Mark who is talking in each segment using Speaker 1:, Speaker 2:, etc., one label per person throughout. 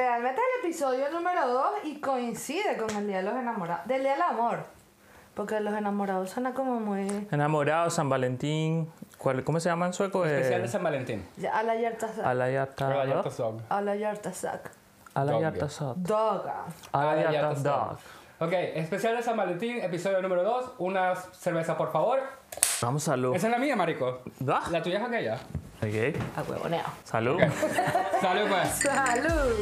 Speaker 1: Realmente es el episodio número 2 y coincide con el Día de los Enamorados, del Día del Amor. Porque los enamorados suena como muy...
Speaker 2: Enamorado, San Valentín. ¿cuál- ¿Cómo se llama en sueco?
Speaker 3: Especial de
Speaker 2: Eh,
Speaker 3: San Valentín.
Speaker 1: Ya, A la yartasak.
Speaker 2: Alayata.
Speaker 3: Rajatasog.
Speaker 1: A la yartasak.
Speaker 2: Alayata. Ah,
Speaker 1: Doga.
Speaker 3: Ah,
Speaker 2: Alayata.
Speaker 3: Rajatasog.
Speaker 2: Dog.
Speaker 3: Ok, especial de San Valentín, episodio número 2. Una cerveza, por favor.
Speaker 2: Vamos, salud.
Speaker 3: Esa es la mía, marico.
Speaker 2: Ah.
Speaker 3: La tuya es aquella.
Speaker 2: Ok.
Speaker 1: A huevoneado.
Speaker 2: Salud.
Speaker 3: Salud, pues.
Speaker 1: ¡Salud!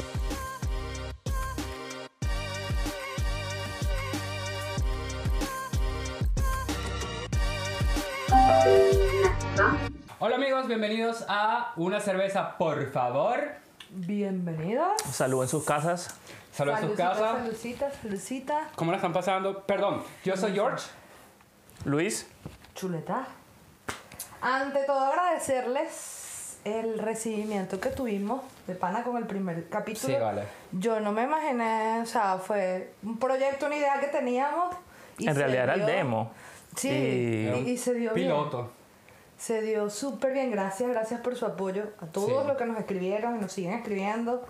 Speaker 3: Hola, amigos. Bienvenidos a Una cerveza, por favor.
Speaker 1: Bienvenidos.
Speaker 2: Salud en sus casas.
Speaker 3: Salud a sus casas.
Speaker 1: Saludcita, saludcita.
Speaker 3: ¿Cómo la están pasando? Perdón, yo soy George.
Speaker 2: Luis.
Speaker 1: Chuleta. Ante todo agradecerles el recibimiento que tuvimos de pana con el primer capítulo.
Speaker 3: Sí, vale.
Speaker 1: Yo no me imaginé, o sea, fue un proyecto, una idea que teníamos. y
Speaker 2: En
Speaker 1: se
Speaker 2: realidad era el
Speaker 1: dio-
Speaker 2: demo.
Speaker 1: Sí,
Speaker 2: Y-
Speaker 1: y, y se dio bien.
Speaker 3: Piloto.
Speaker 1: Se dio súper bien, gracias, gracias por su apoyo a todos
Speaker 3: Sí.
Speaker 1: los que nos escribieron y nos siguen escribiendo.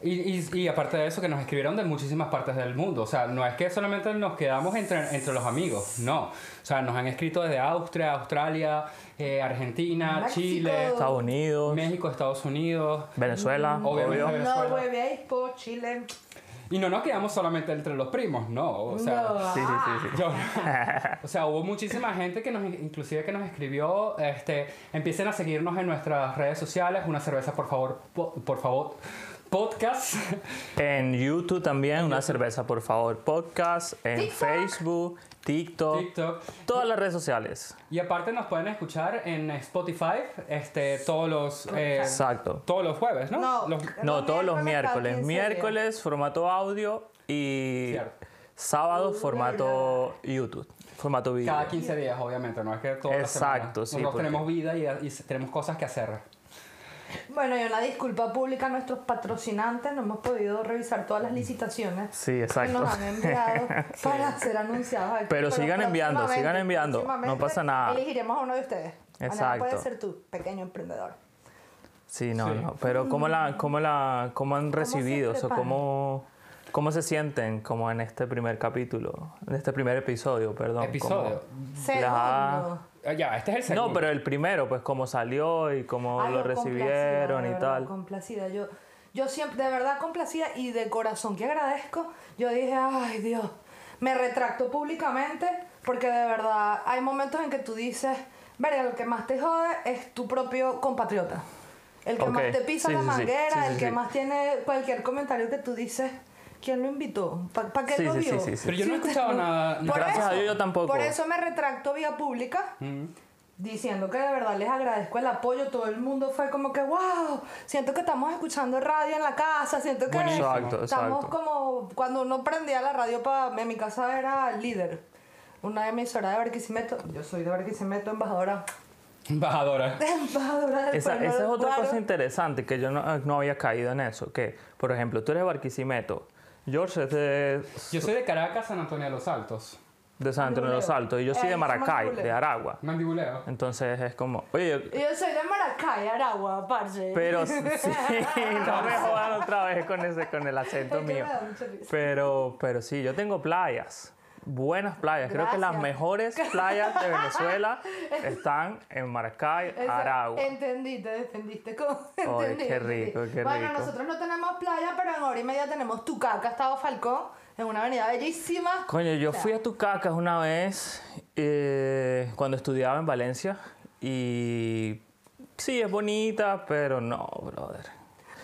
Speaker 3: Y, y- y aparte de eso, que nos escribieron de muchísimas partes del mundo. O sea, no es que solamente nos quedamos entre, entre los amigos, no. O sea, nos han escrito desde Austria, Australia, eh, Argentina,
Speaker 1: México.
Speaker 3: Chile,
Speaker 2: Estados Unidos.
Speaker 3: México, Estados Unidos.
Speaker 2: Venezuela.
Speaker 3: Obviamente.
Speaker 2: Mm. Obvio.
Speaker 1: No
Speaker 3: Venezuela.
Speaker 1: hueveáis po, Chile.
Speaker 3: Y no nos quedamos solamente entre los primos, no. O sea,
Speaker 1: no.
Speaker 2: Sí, sí, sí, sí.
Speaker 3: Yo- o sea, hubo muchísima gente que nos, inclusive que nos escribió, este, empiecen a seguirnos en nuestras redes sociales, una cerveza por favor, po- por favor, podcast,
Speaker 2: En YouTube también, una cerveza, por favor. Podcast. En
Speaker 1: TikTok.
Speaker 2: Facebook, TikTok.
Speaker 3: TikTok.
Speaker 2: Todas las redes sociales.
Speaker 3: Y aparte nos pueden escuchar en Spotify, este, todos los, eh,
Speaker 2: Exacto.
Speaker 3: todos los jueves, ¿no?
Speaker 1: Ah, No.
Speaker 3: Los-
Speaker 2: No,
Speaker 1: Los
Speaker 2: todos los
Speaker 1: miércoles cada
Speaker 2: miércoles.
Speaker 1: 15
Speaker 2: Miércoles, formato audio y
Speaker 3: Cierto.
Speaker 2: sábado, formato YouTube. Formato video.
Speaker 3: cada 15 días, obviamente, no es que todas las semanas.
Speaker 2: Exacto, sí,
Speaker 3: Nosotros
Speaker 2: porque-
Speaker 3: tenemos vida y, y tenemos cosas que hacer.
Speaker 1: Bueno, y una disculpa pública a nuestros patrocinantes, no hemos podido revisar todas las licitaciones
Speaker 2: Sí,
Speaker 1: que
Speaker 2: exacto.
Speaker 1: nos han enviado para ser anunciados aquí.
Speaker 2: Pero sigan enviando,
Speaker 1: próximamente-
Speaker 2: sigan enviando, no
Speaker 1: próximamente
Speaker 2: pasa nada.
Speaker 1: Elegiremos a uno de ustedes. Ana,
Speaker 2: Exacto.
Speaker 1: puede ser tú, pequeño emprendedor.
Speaker 2: Sí, no,
Speaker 3: Sí.
Speaker 2: no. Pero ¿cómo, la, cómo, la, cómo han recibido? o sea,
Speaker 1: Mm. preparan?
Speaker 2: ¿cómo, ¿Cómo se sienten como en este primer capítulo? En este primer episodio, perdón.
Speaker 3: Episodio.
Speaker 2: ¿cómo
Speaker 1: Segundo.
Speaker 3: Ah, Ya, este es el
Speaker 2: la-
Speaker 3: segundo.
Speaker 2: No, pero el primero, pues cómo salió y cómo
Speaker 1: Ay,
Speaker 2: lo
Speaker 1: yo complacida,
Speaker 2: recibieron
Speaker 1: de
Speaker 2: y
Speaker 1: verdad,
Speaker 2: tal.
Speaker 1: Complacida, yo, yo siempre, de verdad complacida y de corazón que agradezco, yo dije, ay Dios, me retracto públicamente porque de verdad hay momentos en que tú dices, verga, lo que más te jode es tu propio compatriota. El que
Speaker 2: Ok,
Speaker 1: más te pisa
Speaker 2: sí,
Speaker 1: la
Speaker 2: sí, sí,
Speaker 1: manguera,
Speaker 2: sí, sí,
Speaker 1: el que
Speaker 2: sí.
Speaker 1: más tiene cualquier comentario que tú dices. ¿Quién lo invitó? ¿Para qué
Speaker 2: Sí,
Speaker 1: lo
Speaker 2: sí, sí,
Speaker 1: vio?
Speaker 2: sí, sí.
Speaker 3: Pero yo no he escuchado nada.
Speaker 1: este Por
Speaker 2: Gracias
Speaker 1: eso-
Speaker 2: a Dios yo tampoco.
Speaker 1: Por eso me retracto vía pública
Speaker 3: Mm.
Speaker 1: diciendo que de verdad les agradezco el apoyo. Todo el mundo fue como que, wow, siento que estamos escuchando radio en la casa, siento que
Speaker 3: Buenísimo.
Speaker 2: Exacto,
Speaker 1: estamos
Speaker 2: exacto.
Speaker 1: como cuando uno prendía la radio para en mi casa era líder. Una emisora de Barquisimeto, yo soy de Barquisimeto, embajadora.
Speaker 3: Embajadora.
Speaker 1: Embajadora del
Speaker 2: Esa,
Speaker 1: pueblo
Speaker 2: esa es
Speaker 1: del
Speaker 2: otra
Speaker 1: Guaro.
Speaker 2: cosa interesante que yo no, eh, no había caído en eso. Que, por ejemplo, tú eres de Barquisimeto, George es de,
Speaker 3: Yo soy de Caracas, San Antonio de los Altos.
Speaker 2: de San Antonio de los
Speaker 1: Mandibuleo.
Speaker 2: Altos y yo soy
Speaker 1: Eh,
Speaker 2: de
Speaker 1: somos
Speaker 2: Maracay, de
Speaker 1: mandibuleo.
Speaker 2: Aragua.
Speaker 3: Mandibuleo.
Speaker 2: Entonces es como, oye, yo-
Speaker 1: Yo soy de Maracay, Aragua, parce.
Speaker 2: pero sí, no me jodan otra vez con, ese, con el acento
Speaker 1: Es que me
Speaker 2: mío.
Speaker 1: da mucha risa.
Speaker 2: Pero, pero sí, yo tengo playas, buenas playas. Creo que las
Speaker 1: Gracias.
Speaker 2: mejores playas de Venezuela están en Maracay,
Speaker 1: Eso,
Speaker 2: Aragua.
Speaker 1: Entendí, te defendiste. Como, entendí,
Speaker 2: qué
Speaker 1: entendí.
Speaker 2: rico, qué
Speaker 1: bueno,
Speaker 2: rico.
Speaker 1: nosotros no tenemos playa, pero en hora y media tenemos Tucaca, Estado Falcón, en una avenida bellísima.
Speaker 2: Coño, yo fui a Tucacas una vez eh, cuando estudiaba en Valencia y sí, es bonita, pero no, brother.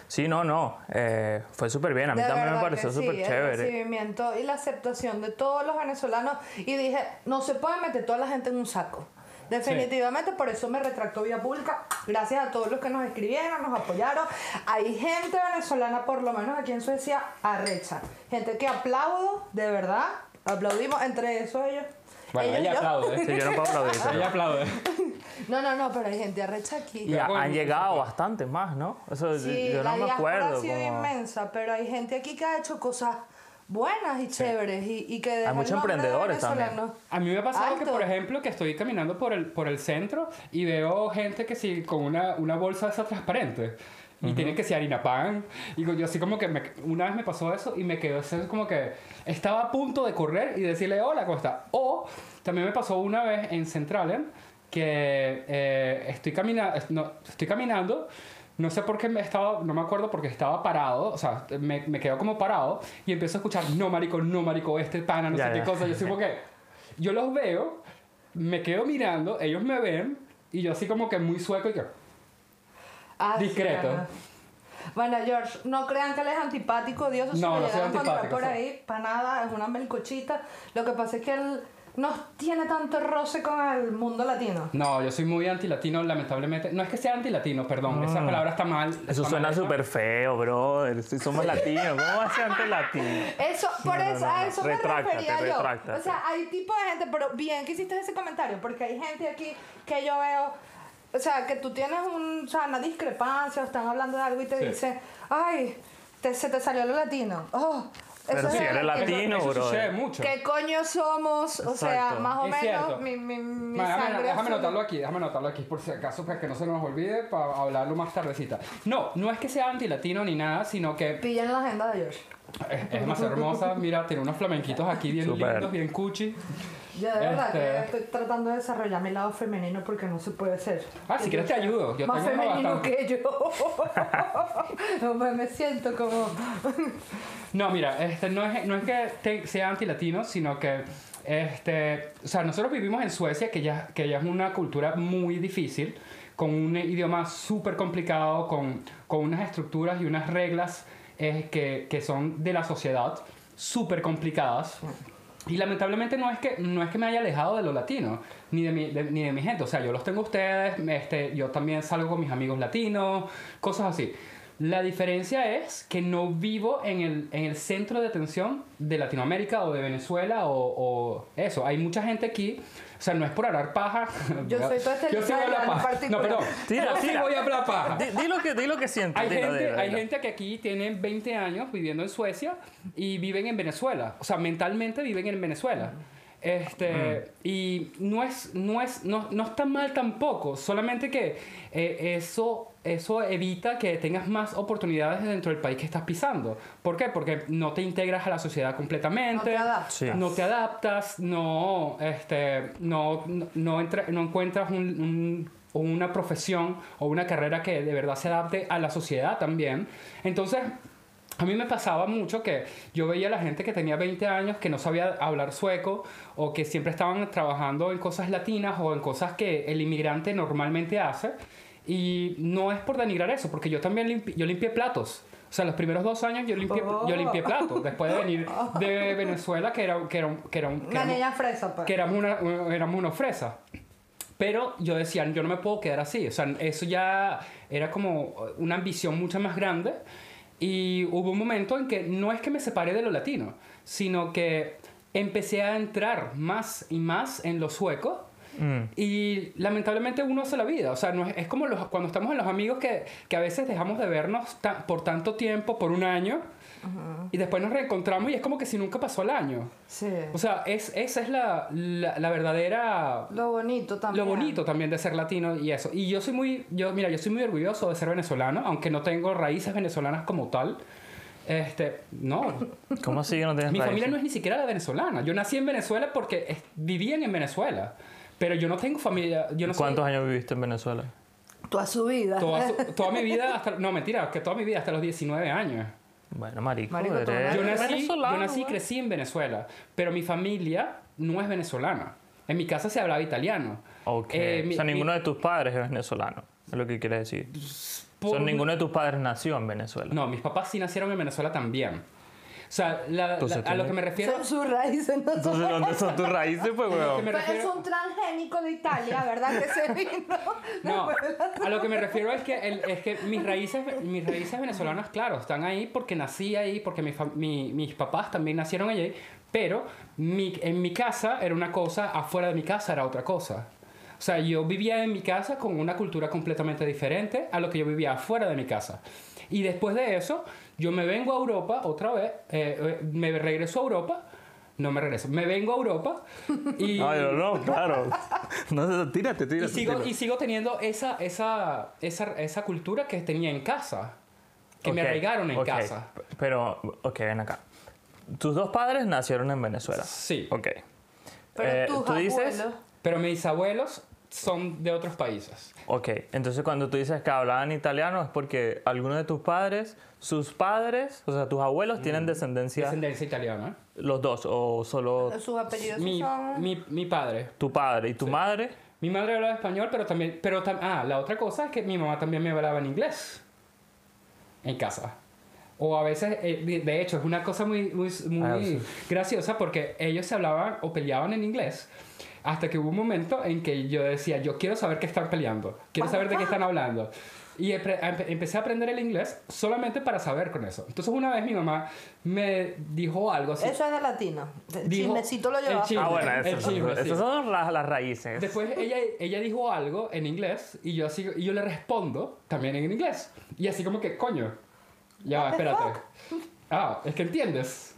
Speaker 2: Sí, no, no. eh, fue súper bien. A mí
Speaker 1: De
Speaker 2: también me
Speaker 1: verdad que
Speaker 2: pareció
Speaker 1: sí,
Speaker 2: súper
Speaker 1: El
Speaker 2: chévere.
Speaker 1: recibimiento y la aceptación de todos los venezolanos. Y dije, no se puede meter toda la gente en un saco. Definitivamente, por eso me retracto vía pública. Gracias a todos los que nos escribieron, nos apoyaron. Hay gente venezolana, por lo menos aquí en Suecia, arrecha. Gente que aplaudo, de verdad. Aplaudimos entre eso ellos.
Speaker 3: Bueno,
Speaker 1: Ellos y
Speaker 3: ella
Speaker 1: yo.
Speaker 3: aplaude.
Speaker 2: Sí, yo no puedo aplaudir. pero-
Speaker 3: Ella aplaude.
Speaker 1: No, no, no, pero hay gente arrecha aquí.
Speaker 2: Y ha-
Speaker 3: Pero
Speaker 2: han
Speaker 3: bueno,
Speaker 2: llegado bastantes más, ¿no? Eso yo-
Speaker 1: Sí,
Speaker 2: yo
Speaker 1: la
Speaker 2: no me
Speaker 1: diáspora
Speaker 2: acuerdo.
Speaker 1: ha sido
Speaker 2: como-
Speaker 1: inmensa, pero hay gente aquí que ha hecho cosas buenas y chéveres y, y que deja el
Speaker 2: muchos
Speaker 1: nombre de
Speaker 2: emprendedores también.
Speaker 1: venezolano.
Speaker 3: A mí me ha pasado que,
Speaker 1: Alto.
Speaker 3: por ejemplo, que estoy caminando por el, por el centro y veo gente que sí, con una, una bolsa esa transparente. y tienen que ser harina pan. Y yo así como que me- una vez me pasó eso y me quedó así como que estaba a punto de correr y decirle hola, ¿cómo está? O también me pasó una vez en Centralen que eh, estoy, camina no, estoy caminando. No sé por qué me estaba, no me acuerdo porque estaba parado, o sea, me, me quedo como parado y empiezo a escuchar, no marico, no marico, este pana, no
Speaker 2: Ya,
Speaker 3: sé
Speaker 2: ya.
Speaker 3: qué cosa. Yo así como que, yo los veo, me quedo mirando, ellos me ven y yo así como que muy sueco y que,
Speaker 1: Ah, sí,
Speaker 3: Discreto.
Speaker 1: ajá. Bueno, George, no crean que él es antipático, Dios, si
Speaker 3: No,
Speaker 1: lo
Speaker 3: no soy
Speaker 1: llegan a encontrar
Speaker 3: antipático,
Speaker 1: por
Speaker 3: soy-
Speaker 1: ahí, para nada, es una melcochita. Lo que pasa es que él no tiene tanto roce con el mundo latino.
Speaker 3: No, yo soy muy antilatino, lamentablemente. No es que sea antilatino, perdón, esa palabra está mal.
Speaker 2: Eso
Speaker 3: está
Speaker 2: suena
Speaker 3: mal hecha.
Speaker 2: súper feo, brother. Si somos latinos, ¿cómo va a ser ante latino?
Speaker 1: Eso, por
Speaker 2: no,
Speaker 1: eso,
Speaker 2: no,
Speaker 1: a
Speaker 2: no.
Speaker 1: eso
Speaker 2: Retráctate,
Speaker 1: me refería yo.
Speaker 2: retráctate.
Speaker 1: O sea, hay tipo de gente, pero bien que hiciste ese comentario, porque hay gente aquí que yo veo, o sea, que tú tienes un, o sea, una discrepancia, o están hablando de algo y te
Speaker 3: Sí.
Speaker 1: dicen, ay, te- se te salió lo latino. Oh, eso
Speaker 2: Pero
Speaker 1: es
Speaker 2: si
Speaker 1: lo
Speaker 2: eres latino,
Speaker 3: eso,
Speaker 2: brother.
Speaker 3: sucede mucho.
Speaker 1: ¿Qué coño somos? O sea,
Speaker 2: Exacto.
Speaker 1: más o
Speaker 3: Es
Speaker 1: menos
Speaker 3: cierto.
Speaker 1: mi, mi, mi
Speaker 3: Ma, déjame,
Speaker 1: sangre
Speaker 3: déjame
Speaker 1: azul.
Speaker 3: anotarlo aquí, déjame anotarlo aquí por si acaso para que no se nos olvide para hablarlo más tardecita. No, no es que sea antilatino ni nada, sino que
Speaker 1: Pillen la agenda de George.
Speaker 3: es, es demasiado hermosa. Mira, tiene unos flamenquitos aquí bien
Speaker 2: Súper.
Speaker 3: lindos, bien cuchi.
Speaker 1: Yo de verdad que
Speaker 3: Este-
Speaker 1: estoy tratando de desarrollar mi lado femenino porque no se puede ser.
Speaker 3: Ah, si quieres te ayudo. Yo
Speaker 1: más
Speaker 3: tengo uno
Speaker 1: femenino
Speaker 3: bastante.
Speaker 1: que yo. No, pues me- me siento como.
Speaker 3: No, mira, este, no, es, no es que te- sea antilatino, sino que, este, o sea, nosotros vivimos en Suecia, que ya, que ya es una cultura muy difícil, con un idioma súper complicado, con, con unas estructuras y unas reglas eh, que, que son de la sociedad súper complicadas. Y lamentablemente no es, que, no es que me haya alejado de lo latino, ni de, mi, de- ni de mi gente. O sea, yo los tengo a ustedes, me- este, yo también salgo con mis amigos latinos, cosas así. La diferencia es que no vivo en el, en el centro de atención de Latinoamérica o de Venezuela o, o eso. Hay mucha gente aquí, o sea, no es por hablar paja.
Speaker 1: Yo soy toda esta
Speaker 3: Yo sí voy a hablar
Speaker 1: lista en
Speaker 3: paja. No,
Speaker 1: particular.
Speaker 3: perdón.
Speaker 2: Tira,
Speaker 3: yo sí
Speaker 2: tira.
Speaker 3: voy a hablar paja.
Speaker 2: Di, di lo que, di lo que sientes.
Speaker 3: Hay
Speaker 2: dilo,
Speaker 3: gente,
Speaker 2: dilo,
Speaker 3: hay
Speaker 2: dilo.
Speaker 3: gente que aquí tienen 20 años viviendo en Suecia y viven en Venezuela. O sea, mentalmente viven en Venezuela. Este, Y no es, no, es, no, no está mal tampoco, solamente que eh, eso, eso evita que tengas más oportunidades dentro del país que estás pisando. ¿Por qué? Porque no te integras a la sociedad completamente,
Speaker 1: adaptas.
Speaker 2: Sí.
Speaker 3: no te adaptas, no, este, no, no, no entra- no encuentras un- un- una profesión o una carrera que de verdad se adapte a la sociedad también. Entonces, a mí me pasaba mucho que yo veía a la gente que tenía 20 años que no sabía hablar sueco o que siempre estaban trabajando en cosas latinas o en cosas que el inmigrante normalmente hace. Y no es por denigrar eso, porque yo también limpi- yo limpié platos. O sea, los primeros dos años yo limpié, yo limpié platos, después de venir de Venezuela, que era, que era, un- que era un... que
Speaker 1: Una
Speaker 3: era un-
Speaker 1: niña fresa, pues.
Speaker 3: que éramos una, éramos una fresa. Pero yo decía, yo no me puedo quedar así. O sea, eso ya era como una ambición mucho más grande. Y hubo un momento en que no es que me separé de lo latino, sino que empecé a entrar más y más en lo sueco. Y lamentablemente uno hace la vida, o sea, no es, es como los, cuando estamos en los amigos que, que a veces dejamos de vernos ta- por tanto tiempo, por un año, y después nos reencontramos y es como que si nunca pasó el año.
Speaker 1: Sí.
Speaker 3: O sea, es, esa es la, la, la verdadera...
Speaker 1: Lo bonito también.
Speaker 3: Lo bonito también de ser latino y eso. Y yo soy muy... Yo, mira, yo soy muy orgulloso de ser venezolano, aunque no tengo raíces venezolanas como tal. Este, no.
Speaker 2: ¿Cómo así que no tienes
Speaker 3: Mi
Speaker 2: raíces?
Speaker 3: familia no es ni siquiera la venezolana. Yo nací en Venezuela porque es- vivían en Venezuela. Pero yo no tengo familia... Yo no soy-
Speaker 2: ¿Cuántos años viviste en Venezuela?
Speaker 1: Toda su vida.
Speaker 3: Toda, su- toda mi vida hasta... No, mentira, que toda mi vida hasta los 19 años.
Speaker 2: Bueno, marico,
Speaker 1: Marico, tú
Speaker 2: eres
Speaker 3: Yo nací,
Speaker 2: Ah, venezolano,
Speaker 3: yo nací y
Speaker 2: güey.
Speaker 3: crecí en Venezuela, pero mi familia no es venezolana. En mi casa se hablaba italiano.
Speaker 2: Ok.
Speaker 3: Eh, mi-
Speaker 2: o sea,
Speaker 3: mi-
Speaker 2: ninguno de tus padres es venezolano, es lo que quieres decir. O
Speaker 3: por-
Speaker 2: sea, ninguno de tus padres nació en Venezuela.
Speaker 3: No, mis papás sí nacieron en Venezuela también. O sea, la-
Speaker 2: Entonces,
Speaker 3: la- a lo
Speaker 2: tiene-
Speaker 3: que me refiero...
Speaker 1: Son sus raíces, no son-
Speaker 2: Entonces, ¿dónde son tus raíces, pues,
Speaker 3: a lo que
Speaker 2: weón?
Speaker 3: me
Speaker 1: Pero es
Speaker 3: refiero-
Speaker 1: un transgénico de Italia, ¿verdad? Que se vino.
Speaker 3: No,
Speaker 1: después de la-
Speaker 3: a lo que me refiero es que, el- es que mis, raíces, mis raíces venezolanas, claro, están ahí porque nací ahí, porque mi fam- mi- mis papás también nacieron allí, pero mi, en mi casa era una cosa, afuera de mi casa era otra cosa. O sea, yo vivía en mi casa con una cultura completamente diferente a lo que yo vivía afuera de mi casa. Y después de eso, yo me vengo a Europa otra vez, eh, eh, me regreso a Europa no me regreso. Me vengo a Europa y,
Speaker 2: Ay, no, no, claro. No, sé, tírate, tírate.
Speaker 3: y sigo,
Speaker 2: tírate.
Speaker 3: y sigo teniendo esa, esa, esa, esa cultura que tenía en casa, que me
Speaker 2: Ok,
Speaker 3: arraigaron en
Speaker 2: ok,
Speaker 3: casa.
Speaker 2: p- Pero, ok, ven acá. Tus dos padres nacieron en Venezuela.
Speaker 3: Sí.
Speaker 2: Ok.
Speaker 1: Pero
Speaker 2: Eh,
Speaker 1: tus
Speaker 2: tú dices,
Speaker 1: abuelos-
Speaker 3: Pero mis abuelos son de otros países.
Speaker 2: ok, entonces cuando tú dices que hablaban italiano es porque alguno de tus padres, sus padres, o sea, tus abuelos
Speaker 3: Mm.
Speaker 2: tienen descendencia,
Speaker 3: Descendencia italiana.
Speaker 2: los dos, o solo
Speaker 1: sus apellidos
Speaker 3: Mi,
Speaker 1: son...
Speaker 3: mi, mi padre.
Speaker 2: tu padre y tu madre.
Speaker 3: Mi madre hablaba español, pero también... Pero tam- ah, la otra cosa es que mi mamá también me hablaba en inglés. En casa. O a veces, eh, de- de hecho, es una cosa muy, muy, muy
Speaker 2: Ah, sí.
Speaker 3: graciosa porque ellos se hablaban o peleaban en inglés hasta que hubo un momento en que yo decía, yo quiero saber qué están peleando, quiero saber de qué están hablando. Y empe- empe- empecé a aprender el inglés solamente para saber con eso. Entonces una vez mi mamá me dijo algo así.
Speaker 1: Eso es de latino. El
Speaker 3: Dijo-
Speaker 1: chismecito lo
Speaker 3: el
Speaker 1: llevaba.
Speaker 3: chisme.
Speaker 2: Ah, bueno,
Speaker 3: El
Speaker 2: esas
Speaker 3: chisme, sí.
Speaker 2: esas son las, las raíces.
Speaker 3: Después ella, ella dijo algo en inglés y yo, así, y yo le respondo también en inglés. Y así como que, coño, ya va,
Speaker 1: What the
Speaker 3: espérate. Ah, es que entiendes.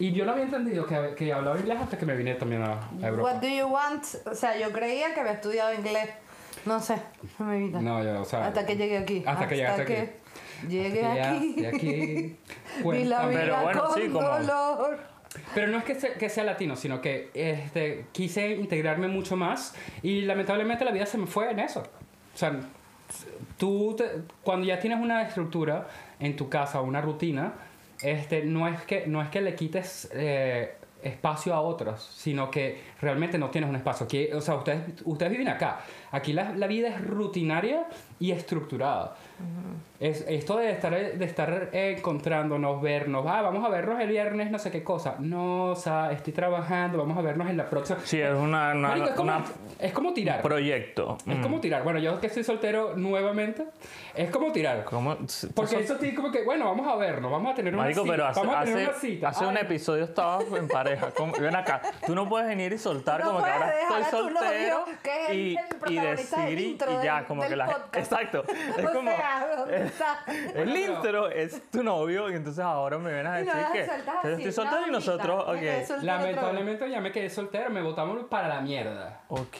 Speaker 3: Y yo no había entendido que, que hablaba inglés hasta que me vine también a,
Speaker 2: Ah,
Speaker 3: a
Speaker 1: What
Speaker 3: Europa.
Speaker 1: do you want? O sea, yo creía que había estudiado inglés. No sé, no me vida.
Speaker 3: No, yo, o sea...
Speaker 1: Hasta que llegué aquí.
Speaker 3: Hasta que llegaste aquí.
Speaker 1: Llegué
Speaker 3: Ya,
Speaker 1: aquí.
Speaker 3: de aquí.
Speaker 1: Vi la
Speaker 3: Cuéntame.
Speaker 1: vida
Speaker 2: Pero bueno,
Speaker 1: con
Speaker 2: sí, como-
Speaker 1: dolor.
Speaker 3: Pero no es que sea, que sea latino, sino que este, quise integrarme mucho más y lamentablemente la vida se me fue en eso. O sea, tú te- cuando ya tienes una estructura en tu casa, una rutina, este, no, es que, no es que le quites eh, espacio a otros, sino que realmente no tienes un espacio. Aquí, o sea, ustedes, ustedes viven acá. Aquí la, la vida es rutinaria y estructurada. Es, esto de estar, de estar encontrándonos, vernos, ah, vamos a vernos el viernes, no sé qué cosa. No, o sea, estoy trabajando, vamos a vernos en la próxima.
Speaker 2: Sí, es una, una-
Speaker 3: Marico, es, como,
Speaker 2: una-
Speaker 3: es como tirar.
Speaker 2: proyecto.
Speaker 3: Es
Speaker 2: Mm.
Speaker 3: como tirar. Bueno, yo que soy soltero nuevamente, es como tirar.
Speaker 2: ¿Cómo?
Speaker 3: Porque eso sí, como que, bueno, vamos a vernos, vamos a tener una
Speaker 2: Marico,
Speaker 3: cita.
Speaker 2: pero hace,
Speaker 3: vamos a tener
Speaker 2: hace,
Speaker 3: una cita.
Speaker 2: hace un
Speaker 3: Ay,
Speaker 2: episodio estaba en pareja. Como- ven acá, tú no puedes venir y soltar
Speaker 1: No
Speaker 2: como que
Speaker 1: puedes
Speaker 2: ahora
Speaker 1: dejar a
Speaker 2: estoy
Speaker 1: tu novio,
Speaker 2: soltero
Speaker 1: que es el-
Speaker 2: y,
Speaker 1: el
Speaker 2: y
Speaker 1: protagonista del
Speaker 2: decir y,
Speaker 1: intro
Speaker 2: y ya,
Speaker 1: del-
Speaker 2: como que
Speaker 1: del
Speaker 2: la
Speaker 1: podcast.
Speaker 2: Exacto. Es
Speaker 1: o
Speaker 2: como
Speaker 1: sea, ¿dónde está?
Speaker 2: el
Speaker 3: pero-
Speaker 2: intro es tu novio y entonces ahora me vienes a
Speaker 1: Y no
Speaker 2: decir
Speaker 1: las
Speaker 2: que
Speaker 1: soltas
Speaker 2: que
Speaker 1: así,
Speaker 2: estoy soltero y
Speaker 1: no, amiguita,
Speaker 2: nosotros,
Speaker 1: me quedé
Speaker 2: ok.
Speaker 1: soltero otra vez.
Speaker 3: Lamentablemente ya me quedé soltero, me botaron para la mierda.
Speaker 2: Ok.